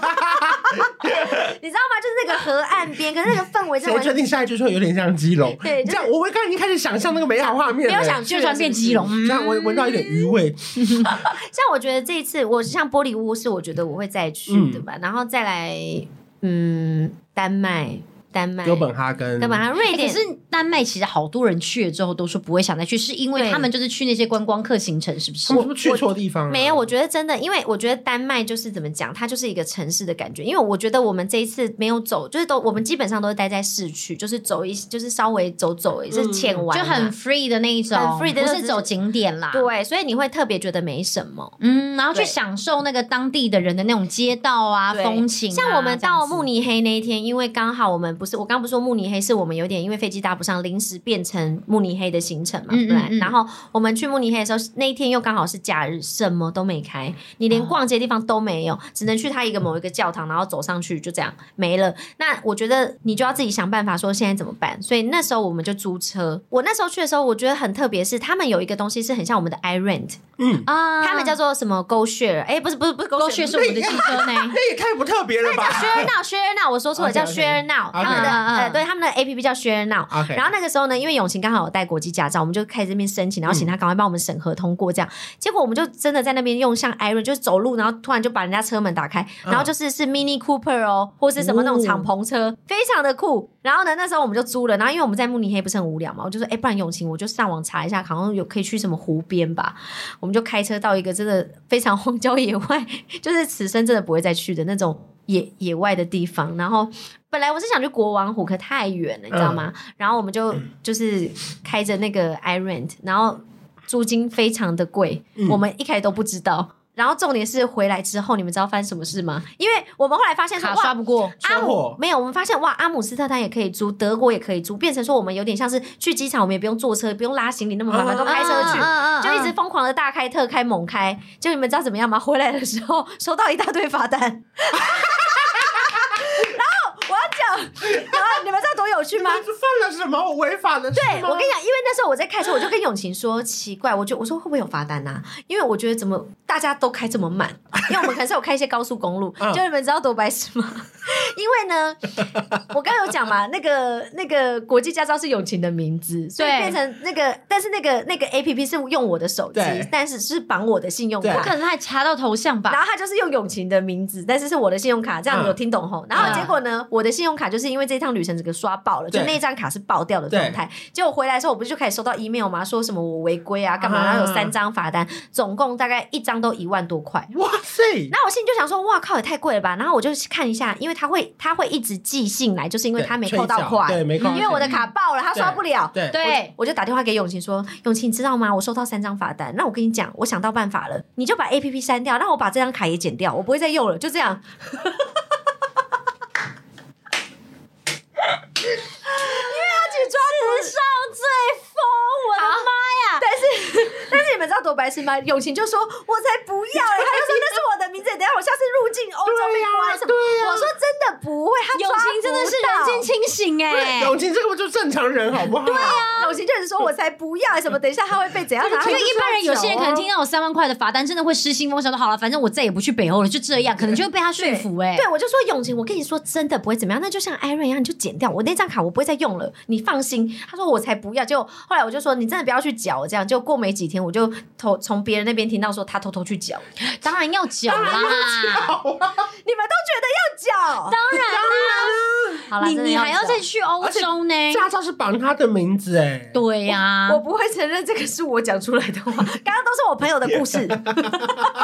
Speaker 2: 就是那个河岸边，可是那个氛围真的
Speaker 1: 谁
Speaker 2: 完
Speaker 1: 确
Speaker 2: 全
Speaker 1: 定下一句说有点像基隆？
Speaker 2: 对就
Speaker 1: 这
Speaker 2: 是
Speaker 1: 样我我刚刚已经开始想象那个美好画面了。
Speaker 2: 没有想去
Speaker 3: 就算变基隆，
Speaker 1: 这样我闻到一点余味。
Speaker 2: 像我觉得这一次，我像玻璃屋是我觉得我会再去的吧，然后再来嗯，丹麦，丹麦，
Speaker 1: 哥本嗯哈根，
Speaker 2: 嗯哥本哈瑞
Speaker 3: 哎可
Speaker 2: 典。
Speaker 3: 是丹麦其实好多人去了之后都说不会想再去，是因为
Speaker 2: 对嗯
Speaker 3: 他们就是去那些观光客行程，是不是
Speaker 1: 他？们是不是去错地方了？
Speaker 2: 没有，我觉得真的，因为我觉得丹麦就是怎么讲，它就是一个城市的感觉。因为我觉得我们这一次没有走，就是都我们基本上都是待在市区，就是走一，就是稍微走走，也是浅玩
Speaker 3: 嗯就
Speaker 2: 啊、
Speaker 3: 很 free 的那一种，
Speaker 2: 很 free 的
Speaker 3: 不
Speaker 2: 就是
Speaker 3: 是走景点啦。
Speaker 2: 对，所以你会特别觉得没什么。
Speaker 3: 嗯，然后去
Speaker 2: 对
Speaker 3: 享受那个当地的人的那种街道啊、
Speaker 2: 对
Speaker 3: 风情啊。
Speaker 2: 像我们
Speaker 3: 这样
Speaker 2: 到
Speaker 3: 子
Speaker 2: 慕尼黑那一天，因为刚好我们不是我刚不是说慕尼黑是我们有点因为飞机搭不上，临时变成慕尼黑的行程嘛，
Speaker 3: 嗯嗯
Speaker 2: 对不对。
Speaker 3: 嗯
Speaker 2: 然后我们去慕尼黑的时候，那一天又刚好是假日，什么都没开，你
Speaker 3: 哦
Speaker 2: 连逛街的地方都没有，只能去他一个某一个教堂，然后走上去，就这样没了。那我觉得你就要自己想办法，说现在怎么办。所以那时候我们就租车。我那时候去的时候，我觉得很特别，是他们有一个东西是很像我们的 i rent，
Speaker 3: 啊
Speaker 2: 他们叫做什么 Go Share，哎、不是不是不是 Go
Speaker 3: 狗
Speaker 2: Share，
Speaker 3: 血是我们的汽车 呢。
Speaker 1: 那也太不特别了吧
Speaker 2: Share Now Share Now，我说错了，叫
Speaker 1: OK，OK
Speaker 2: Share Now，他们的
Speaker 3: OK
Speaker 2: 呃对他们的 A P P 叫 Share Now。
Speaker 1: ！OK，
Speaker 2: 然后那个时候呢，因为永晴刚好有带国际驾照，我们就开始这边申请，然后请他
Speaker 1: 嗯
Speaker 2: 赶快帮我们审核通过这样。结果我们就真的在那边用像 Iron，就是走路，然后突然就把人家车门打开，
Speaker 1: 嗯
Speaker 2: 然后就是是 Mini Cooper 哦，或是什么那种敞篷车，非常的酷。然后呢，那时候我们就租了，然后因为我们在慕尼黑不是很无聊嘛，我就说，哎，不然永晴我就上网查一下，好像有可以去什么湖边吧。我们就开车到一个真的非常荒郊野外，就是此生真的不会再去的那种野野外的地方。然后本来我是想去国王湖，可太远了，你知道吗？然后我们就就是开着那个 i rent，然后租金非常的贵，
Speaker 1: 嗯
Speaker 2: 我们一开始都不知道。然后重点是回来之后，你们知道发生什么事吗？因为我们后来发现说，
Speaker 3: 卡
Speaker 2: 哇
Speaker 3: 刷，不过，
Speaker 2: 阿
Speaker 1: 车
Speaker 2: 姆
Speaker 1: 祸
Speaker 2: 没有，我们发现哇，阿姆斯特丹也可以租，德国也可以租，变成说我们有点像是去机场，我们也不用坐车，不用拉行李那么麻烦，
Speaker 1: 嗯
Speaker 2: 都开车去。
Speaker 3: 嗯
Speaker 2: 就一直疯狂的大开特开猛开，就你们知道怎么样吗？回来的时候收到一大堆罚 单，然后我要讲，然后你们知道多有趣吗？
Speaker 1: 这犯了什么违法的事
Speaker 2: 对，
Speaker 1: 吗
Speaker 2: 我跟你讲，因为那时候我在开车，我就跟永晴说，奇怪，我就我说会不会有罚单啊？因为我觉得怎么大家都开这么慢，因为我们可能是有开一些高速公路，
Speaker 1: 嗯
Speaker 2: 就你们知道多白痴吗？ 因为呢，我刚刚有讲嘛，那个那个国际驾照是永晴的名字，所以
Speaker 3: 对
Speaker 2: 变成那个，但是那个那个 A P P 是用我的手机
Speaker 1: 对，
Speaker 2: 但是是绑我的信用卡
Speaker 1: 对
Speaker 3: 可。能还查到头像吧。
Speaker 2: 然后他就是用永晴的名字，但是是我的信用卡，这
Speaker 1: 嗯
Speaker 2: 样你有听懂吼？然后
Speaker 3: 嗯
Speaker 2: 结果呢，我的信用卡就是因为这趟旅程整个刷爆了，就
Speaker 1: 对
Speaker 2: 那一张卡是爆掉的状态。结果回来的时候，我不是就开始收到 email 吗？说什么我违规啊，干嘛？
Speaker 1: 啊
Speaker 2: 然后有三张罚单，总共大概一张都一万多块。
Speaker 1: 哇塞，
Speaker 2: 那我心里就想说，哇靠，也太贵了吧！然后我就看一下，因为他会他会一直寄信来，就是因为他没
Speaker 1: 对
Speaker 2: 扣到
Speaker 1: 催缴
Speaker 2: 款
Speaker 1: 对，，没扣到
Speaker 2: 因为我的卡爆了，他刷不了。
Speaker 1: 对
Speaker 3: 对，
Speaker 2: 我就打电话给永晴说：“永晴，你知道吗？我收到三张罚单。那我跟你讲，我想到办法了，你就把 A P P 删掉，让我把这张卡也剪掉，我不会再用了，就这样。”因为他去抓人上罪疯，我的妈呀！但是但是你们知道多白痴吗？永晴就说：“我才不要嘞！”他就说：“那是我的名字，等一下我下次入境欧洲被关什么？”
Speaker 1: 对呀
Speaker 2: 我说：“真的不会，他
Speaker 3: 友情真的是人
Speaker 2: 间
Speaker 3: 间清醒哎、
Speaker 1: 永晴这个不就正常人好不好？对 啊，
Speaker 2: 那我行就是说我才不要什么，等一下他会被怎样？因
Speaker 3: 因为一般人有些人可能听到有三万块的罚单，真的会失心疯，想说好了，反正我再也不去北欧了，就这样，可能就会被他说服哎、
Speaker 2: 对，我就说永晴，我跟你说真的不会怎么样，那就像艾瑞一样，你就剪掉我那张卡，我不会再用了，你放心。他说我才不要，就后来我就说你真的不要去缴，这样就过没几天，我就偷从别人那边听到说他偷偷去缴，
Speaker 3: 当然要缴啦，
Speaker 1: 啊
Speaker 2: 你们都觉得要缴，
Speaker 3: 当然啦，
Speaker 2: 好啦
Speaker 3: 你
Speaker 2: 真的
Speaker 3: 你还要
Speaker 2: 缴
Speaker 3: 再去欧洲呢，
Speaker 1: 驾照是绑他的名字哎，
Speaker 3: 对呀、
Speaker 2: 我不会承认这个是我讲出来的话，刚 刚都是我朋友的故事。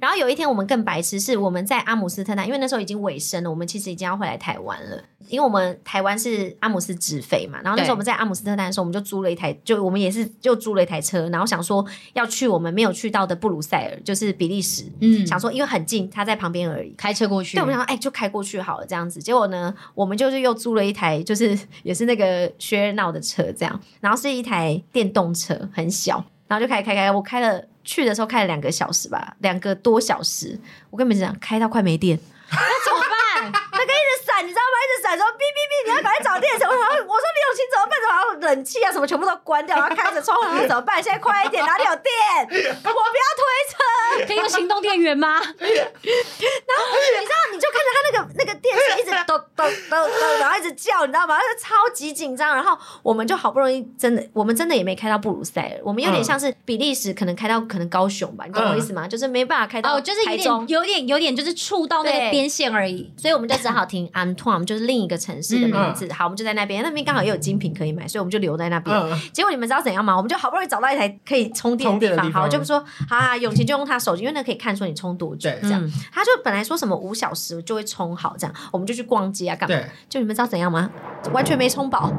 Speaker 2: 然后有一天我们更白痴，是我们在阿姆斯特丹，因为那时候已经尾声了，我们其实已经要回来台湾了，因为我们台湾是阿姆斯直飞嘛。然后那时候我们在阿姆斯特丹的时候，我们就租了一台，就我们也是就租了一台车，然后想说要去我们没有去到的布鲁塞尔，就是比利时，
Speaker 3: 嗯，
Speaker 2: 想说因为很近，它在旁边而已。
Speaker 3: 开车过去，
Speaker 2: 对，我们想说哎、就开过去好了这样子。结果呢，我们就是又租了一台，就是也是那个薛热闹的车这样，然后是一台电动车，很小，然后就开始开开。我开了去的时候开了两个小时吧，两个多小时。我跟你们讲，开到快没电，
Speaker 3: 那怎么办？
Speaker 2: 那个一直闪，你知道吗？一直闪，说哔哔哔，你要赶快找电池。我想说，啊我说李永清怎么办？怎么办冷气啊什么全部都关掉，然后开着窗户我说怎么办？现在快一点，哪里有电？我不要推车。
Speaker 3: 可以用行动电源吗？
Speaker 2: 你知道，你就看着他那个那个电视一直抖抖抖抖，然后一直叫，你知道吗？他就超级紧张。然后我们就好不容易真的，我们真的也没开到布鲁塞尔，我们有点像是比利时，可能开到可能高雄吧，你懂我意思吗？就是没办法开到
Speaker 3: 哦，就是有
Speaker 2: 台
Speaker 3: 点
Speaker 2: 中。
Speaker 3: 有点有点就是触到那
Speaker 2: 对
Speaker 3: 个边线而已。
Speaker 2: 所以我们就只好停 Antoine，就是另一个城市的名字。好，我们就在那边，那边刚好也有精品可以买，所以我们就留在那边。
Speaker 1: 嗯，
Speaker 2: 结果你们知道怎样吗？我们就好不容易找到一台可以充电
Speaker 1: 充
Speaker 2: 的地方，
Speaker 1: 电的地方
Speaker 2: 好，我就说啊，永晴就用他手机，因为那可以看说你充多久
Speaker 1: 对
Speaker 2: 这样。
Speaker 3: 嗯
Speaker 2: 他就本来说什么五小时就会充好这样，我们就去逛街啊干嘛？
Speaker 1: 对，
Speaker 2: 就你们知道怎样吗？完全没充饱，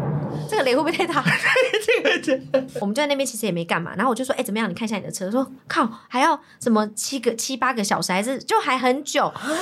Speaker 2: 这个雷会不会太大？
Speaker 1: 这个谢。
Speaker 2: 我们就在那边其实也没干嘛。然后我就说，哎、怎么样？你看一下你的车。他说靠，还要什么七个七八个小时，还是就还很久。我心里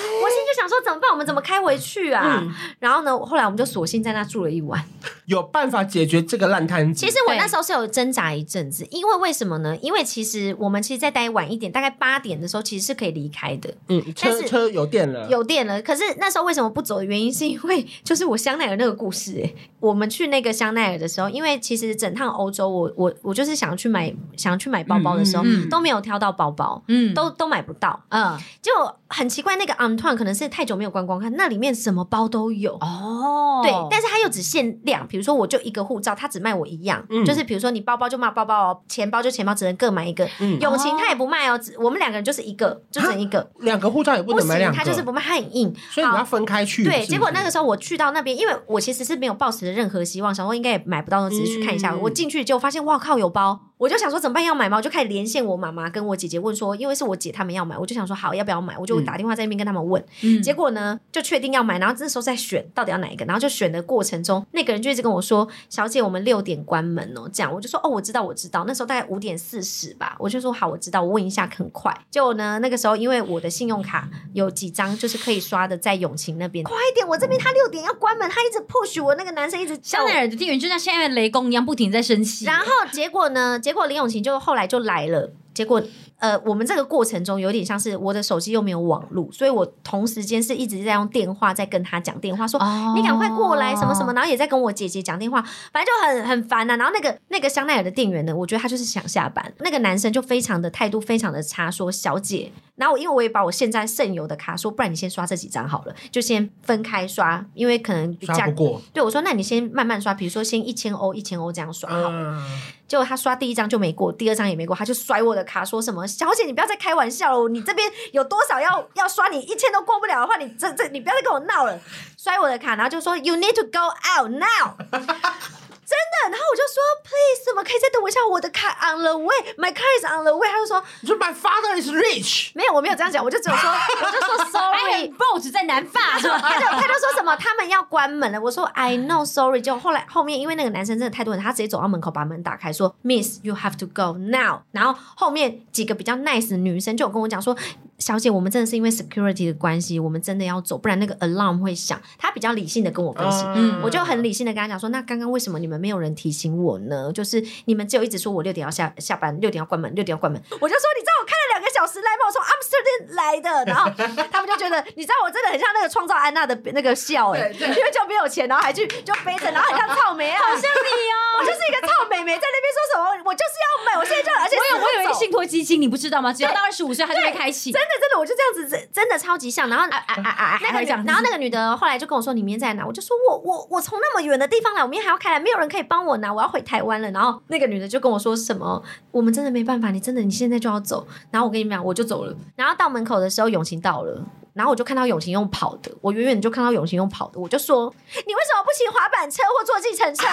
Speaker 2: 就想说，怎么办？我们怎么开回去啊？然后呢，后来我们就索性在那住了一晚。
Speaker 1: 有办法解决这个烂摊子？
Speaker 2: 其实
Speaker 3: 嗯
Speaker 2: 我那时候是有挣扎一阵子，因为为什么呢？因为其实我们其实再待晚一点，大概八点的时候其实是可以离开的，
Speaker 1: 嗯，车
Speaker 2: 但是
Speaker 1: 车有电
Speaker 3: 嗯
Speaker 1: 了，
Speaker 2: 有电了。可是那时候为什么不走的原因，是因为就是我香奈儿那个故事、欸。我们去那个香奈儿的时候，因为其实整趟欧洲我，我我就是想去买想去买包包的时候，
Speaker 3: 嗯嗯嗯
Speaker 2: 都没有挑到包包，
Speaker 3: 嗯
Speaker 2: 都都买不到。
Speaker 3: 嗯
Speaker 2: 就很奇怪，那个 Antoine 可能是太久没有观光看，那里面什么包都有。
Speaker 3: 哦，
Speaker 2: 对，但是它又只限量，比如说我就一个护照，它只卖我一样，
Speaker 1: 嗯
Speaker 2: 就是比如说你包包就卖包包哦，钱包就钱包，只能各买一个。
Speaker 1: 嗯
Speaker 2: 友情它也不卖哦，只我们两个人就是一个，就只能一个，
Speaker 1: 两个护照也不能买
Speaker 2: 行，
Speaker 1: 两个，
Speaker 2: 它就是不卖，它很硬。
Speaker 1: 所以你要分开去。是
Speaker 2: 对，
Speaker 1: 不是
Speaker 2: 结果那个时候我去到那边，因为我其实是没有抱持着任何希望，想说应该也买不到，只是去看一下。
Speaker 1: 嗯
Speaker 2: 我进去就发现，哇靠，有包！我就想说怎么办要买吗？我就开始连线我妈妈跟我姐姐问说，因为是我姐她们要买，我就想说好要不要买，我
Speaker 1: 嗯
Speaker 2: 就打电话在那边跟他们问。
Speaker 3: 嗯
Speaker 2: 结果呢，就确定要买，然后这时候在选到底要哪一个，然后就选的过程中，那个人就一直跟我说：“小姐，我们六点关门哦。”这样我就说：“哦，我知道，我知道。”那时候大概五点四十吧，我就说：“好，我知道，我问一下，很快。”结果呢，那个时候因为我的信用卡有几张就是可以刷的，在永晴那边，快一点，我这边他六点要关门，他一直 push 我，那个男生一直叫
Speaker 3: 香
Speaker 2: 我
Speaker 3: 奈儿的店员就像现在雷公一样不停在生气，
Speaker 2: 然后结果呢？结果林永晴就后来就来了。结果呃，我们这个过程中有点像是我的手机又没有网路，所以我同时间是一直在用电话在跟他讲电话，说、
Speaker 3: 哦
Speaker 2: 你赶快过来什么 什么，然后也在跟我姐姐讲电话，反正就很很烦啊呐、然后那个那个香奈儿的店员呢，我觉得他就是想下班，那个男生就非常的态度非常的差，说小姐。然后我因为我也把我现在剩有的卡说，不然你先刷这几张好了，就先分开刷，因为可能比
Speaker 1: 刷
Speaker 2: 价
Speaker 1: 不过，
Speaker 2: 对我说，那你先慢慢刷，比如说先一千欧一千欧这样刷好了
Speaker 1: 嗯，
Speaker 2: 结果他刷第一张就没过，第二张也没过，他就甩我的卡，说什么“小姐，你不要再开玩笑了，你这边有多少要要刷，你一千都过不了的话，你这这你不要再跟我闹了。”摔我的卡，然后就说 “You need to go out now”。真的，然后我就说 “Please，怎么可以再等我一下？我的卡 on the way，my car is on the way。”他就说
Speaker 1: 你说 My father is rich，
Speaker 2: 没有，我没有这样讲，我就只有说，我 就说 sorry。
Speaker 3: boat 在南 法 是吧？
Speaker 2: 他就他就说什么他们要关门了，我说 I know sorry。就后来后面因为那个男生真的太多人，他直接走到门口把门打开说 Miss you have to go now。然后后面几个比较 nice 的女生就有跟我讲说，小姐我们真的是因为 security 的关系，我们真的要走，不然那个 alarm 会响。他比较理性的跟我分
Speaker 1: 哦
Speaker 2: 析，
Speaker 1: 啊
Speaker 3: 嗯
Speaker 2: 我就很理性的跟他讲说，那刚刚为什么你们没有人提醒我呢？就是你们只有一直说我六点要下下班，六点要关门，六点要关门。我就说你知道我开了两个小时来吗？我从 Amsterdam 来的，然后他们就觉得你知道我真的很像那个创造安娜的那个笑哎、欸，因为就没有钱，然后还去就背着，然后很像草莓啊，好像你哦， 我就是一个草莓莓在那边说什么，我就是要买，我现在就要而且
Speaker 3: 我有我有一个
Speaker 2: 走
Speaker 3: 信托基金，你不知道吗？只要到二十五岁，它就会开启
Speaker 2: 真。的真的，我就这样子，真真的超级像。然后啊啊啊啊，那
Speaker 3: 还
Speaker 2: 个
Speaker 3: 会
Speaker 2: 女
Speaker 3: 这样子
Speaker 2: 然后那个女的后来就跟我说：“你明天在哪？”我就说：“我我我从那么远的地方来，我明天还要开来，没有人可以帮我拿，我要回台湾了。”然后那个女的就跟我说什么：“我们真的没办法，你真的你现在就要走。”然后我跟你讲，我就走了。然后到门口的时候，永晴到了。然后我就看到永晴用跑的，我远远就看到永晴用跑的，我就说：“你为什么不骑滑板车或坐计程车？”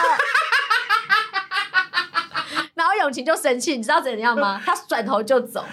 Speaker 2: 然后永晴就生气，你知道怎样 吗？他转头就走，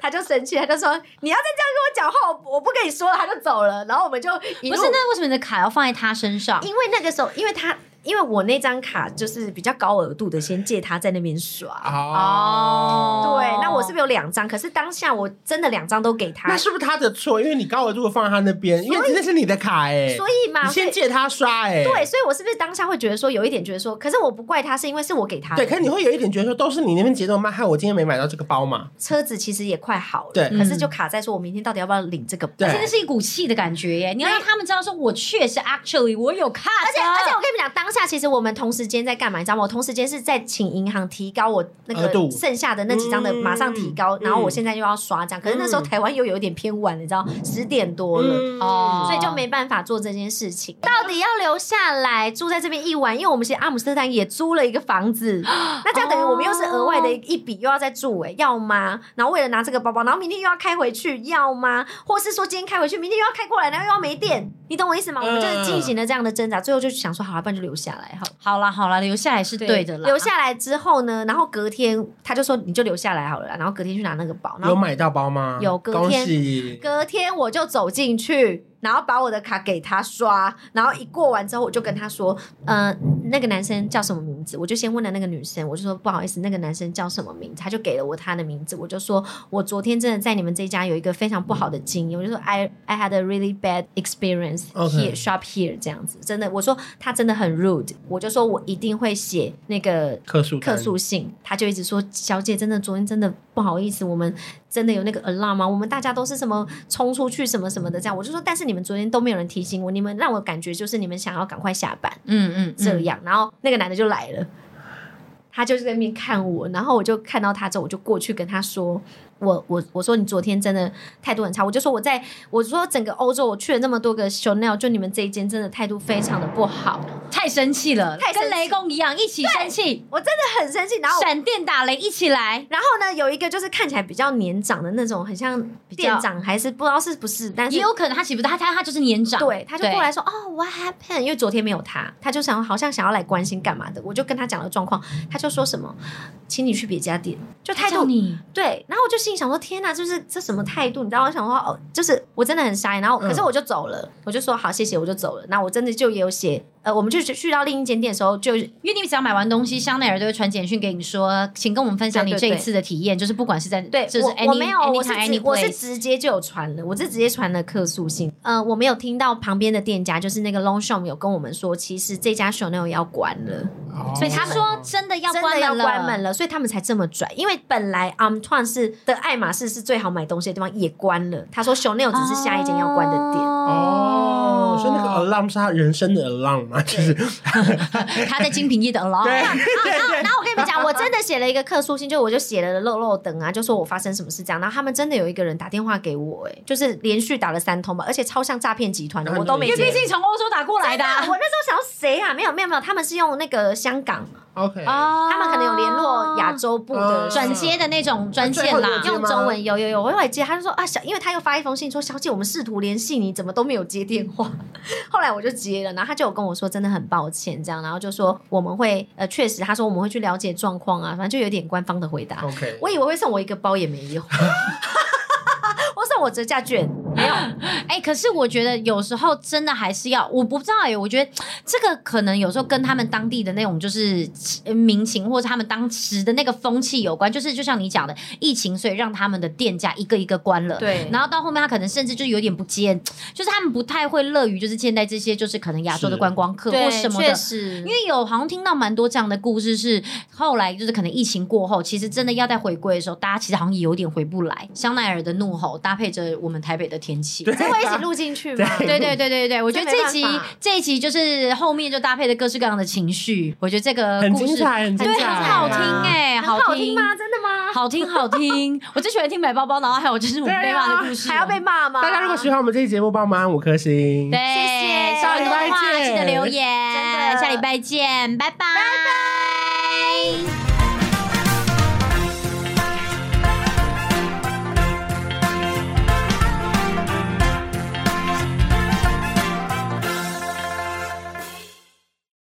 Speaker 2: 他就生气，他就说：“你要再这样跟我讲话，我我不跟你说了。”他就走了。然后我们就一
Speaker 3: 不
Speaker 2: 路
Speaker 3: 是，那为什么你的卡要放在他身上？
Speaker 2: 因为那个时候，因为他因为我那张卡就是比较高额度的，先借他在那边刷。
Speaker 1: 哦。
Speaker 2: 对，那我是不是有两张？可是当下我真的两张都给他
Speaker 1: 那，是不是他的错？因为你高额如果放在他那边，因为那是你的卡哎，
Speaker 2: 所以嘛，
Speaker 1: 你
Speaker 2: 所以
Speaker 1: 先借他刷哎，
Speaker 2: 对，所以我是不是当下会觉得说有一点觉得说，可是我不怪他，是因为是我给他的
Speaker 1: 对，可是你会有一点觉得说，都是你那边节奏慢，害我今天没买到这个包嘛？
Speaker 2: 车子，其实也快好了，
Speaker 1: 对
Speaker 2: 可是就卡在说我明天到底要不要领这个包
Speaker 1: 对
Speaker 3: 真的是一股气的感觉耶！你要让他们知道，说我确实 actually 我有卡的，
Speaker 2: 而且而且我跟你们讲，当下其实我们同时间在干嘛？你知道吗？我同时间是在请银行提高我那
Speaker 1: 额
Speaker 2: 个
Speaker 1: 度
Speaker 2: 剩下的那几张的
Speaker 1: 嗯
Speaker 2: 马上提高，
Speaker 1: 嗯
Speaker 2: 然后我现在又要刷这样。可是那时候
Speaker 1: 嗯
Speaker 2: 台湾又有一点偏晚，你知道，十点多了。
Speaker 3: 哦
Speaker 2: 嗯所以就没办法做这件事情。到底要留下来住在这边一晚，因为我们其实阿姆斯特丹也租了一个房 子，那这样等于我们又是额外的
Speaker 3: 哦
Speaker 2: 一笔又要再住、欸，要吗？然后为了拿这个包包，然后明天又要开回去，要吗？或是说今天开回去，明天又要开过来，然后又要没电，你懂我意思吗？我们就是进行
Speaker 3: 嗯
Speaker 2: 了这样的挣扎，最后就想说，好啊了，不然就留下来好了。
Speaker 3: 好啦好啦，留下来是对的啦。
Speaker 2: 留下来之后呢，然后隔天他就说你就留下来好了啦，然后隔天去拿那个包，然后
Speaker 1: 有买到包吗？
Speaker 2: 有隔
Speaker 1: 恭
Speaker 2: 天
Speaker 1: 喜。
Speaker 2: 隔天我就走进去，然后把我的卡给他刷，然后一过完之后，我就跟他说，嗯、那个男生叫什么名字？我就先问了那个女生，我就说不好意思，那个男生叫什么名字？他就给了我他的名字，我就说我昨天真的在你们这一家有一个非常不好的经验，我就说 I I had a really bad experience
Speaker 1: OK
Speaker 2: here shop here 这样子，真的，我说他真的很 rude，我就说我一定会写那个
Speaker 1: 客诉单
Speaker 2: 客诉信，他就一直说：“小姐，真的昨天真的不好意思，我们真的有那个 alarm 吗？我们大家都是什么冲出去什么什么的这样。”我就说：“但是你们昨天都没有人提醒我，你们让我感觉就是你们想要赶快下班
Speaker 3: 嗯嗯，
Speaker 2: 这
Speaker 3: 嗯
Speaker 2: 样。然后那个男的就来了，他就是在那边看我，然后我就看到他之后，我就过去跟他说。我我我说你昨天真的态度很差，我就说我在我说整个欧洲我去了那么多个 Chanel，就你们这一间真的态度非常的不好，
Speaker 3: 太生气了，
Speaker 2: 太生气
Speaker 3: 跟雷公一样，一起生气，
Speaker 2: 我真的很生气。然后我
Speaker 3: 闪电打雷，一起来。
Speaker 2: 然后呢，有一个就是看起来比较年长的那种，很像店长还是不知道是不是，但是
Speaker 3: 也有可能他岂不是他他他就是年长，
Speaker 2: 对，他就过来说哦，What happened？因为昨天没有他，他就想好像想要来关心干嘛的，我就跟他讲了状况，他就说什么，请你去别家店，就态
Speaker 3: 他叫
Speaker 2: 度
Speaker 3: 你
Speaker 2: 对，然后我就心里想说，天哪，就是这什么态度？你知道，我想说，哦，就是我真的很傻眼。然后，
Speaker 1: 嗯
Speaker 2: 可是我就走了，我就说好，谢谢，我就走了。那我真的就也有写，呃，我们就去去到另一间店的时候，就
Speaker 3: 因为你只要买完东西，香奈儿都会传简讯给你说，请跟我们分享你
Speaker 2: 对
Speaker 3: 这
Speaker 2: 对
Speaker 3: 一次的体验，就是不管是在
Speaker 2: 对，
Speaker 3: 就是
Speaker 2: 我
Speaker 3: any,
Speaker 2: 我没有，我是
Speaker 3: anytime,
Speaker 2: 直
Speaker 3: any
Speaker 2: 我是
Speaker 3: place
Speaker 2: 直接就有传了，我是直接传了客诉信。呃，我没有听到旁边的店家，就是那个 Longchamp 有跟我们说，其实这家 Chanel 要关了，
Speaker 1: 哦
Speaker 3: 所以他说真的要
Speaker 2: 真
Speaker 3: 关
Speaker 2: 的
Speaker 3: 门
Speaker 2: 要
Speaker 3: 了，
Speaker 2: 关门了，所以他们才这么拽。因为本来 a m t o n 是的爱马仕是最好买东西的地方，也关了。他说 Chanel 只是下一间要关的店。
Speaker 1: 哦，所以那个 alarm 是他人生的 alarm 嘛，就是
Speaker 3: 他在精品业的 alarm，
Speaker 1: 对
Speaker 2: 然后我跟你们讲，啊我真的写了一个客诉信，就我就写了漏漏等啊，就说我发生什么事这样。然后他们真的有一个人打电话给我、哎，就是连续打了三通吧，而且超像诈骗集团的，我都没
Speaker 1: 因为
Speaker 2: 接。
Speaker 1: 毕
Speaker 3: 竟从欧洲打过来的
Speaker 2: 啊我那时候想要谁啊？没有没有没有，他们是用那个香港，
Speaker 1: OK
Speaker 3: 哦，
Speaker 2: 啊他们可能有联络亚洲部的
Speaker 1: 嗯
Speaker 3: 转接的那种专线
Speaker 1: 最后有
Speaker 3: 啦
Speaker 1: 接，
Speaker 2: 用中文有有有，我有接，他就说啊小，因为他又发一封信说小姐，我们试图联系你，怎么都没有接电话。 后来我就接了，然后他就有跟我说真的很抱歉这样，然后就说我们会呃确实，他说我们会去了解状况啊，反正就有点官方的回答。
Speaker 1: OK，
Speaker 2: 我以为会送我一个包也没有， 我送我折价券没有，
Speaker 3: 哎、可是我觉得有时候真的还是要，我不知道哎、我觉得这个可能有时候跟他们当地的那种就是呃民情，或者他们当时的那个风气有关。就是就像你讲的，疫情，所以让他们的店家一个一个关了。
Speaker 2: 对
Speaker 3: 然后到后面他可能甚至就有点不接，就是他们不太会乐于就是接待这些就是可能亚洲的
Speaker 1: 是
Speaker 3: 观光客或什么的
Speaker 2: 确。实
Speaker 3: 因，为有好像听到蛮多这样的故事是，后来就是可能疫情过后，其实真的要在回归的时候，大家其实好像也有点回不来。香奈儿的怒吼搭配着我们台北的天气，
Speaker 2: 这会一起录进去吗？
Speaker 3: 对对对对对，我觉得
Speaker 2: 这没
Speaker 3: 这
Speaker 2: 办
Speaker 3: 一集
Speaker 2: 法
Speaker 3: 这一集就是后面就搭配的各式各样的情绪，我觉得这个
Speaker 1: 很
Speaker 3: 故
Speaker 1: 精
Speaker 3: 事
Speaker 1: 彩，很精
Speaker 3: 对，
Speaker 1: 彩，啊
Speaker 3: 很好听哎、
Speaker 2: 很好听
Speaker 3: 听
Speaker 2: 吗？？真的吗？
Speaker 3: 好听好听， 我最喜欢听买包包，然后还有就是我们被骂的故事哦了，
Speaker 2: 还要被骂吗？
Speaker 1: 大家如果喜欢我们这期节目，帮忙按五颗星。
Speaker 3: 对，
Speaker 2: 谢谢
Speaker 3: 喜
Speaker 1: 下礼
Speaker 3: 欢
Speaker 1: 拜
Speaker 3: 的话
Speaker 1: 见
Speaker 3: 记得留言，
Speaker 2: 真的
Speaker 3: 下礼拜见，拜拜。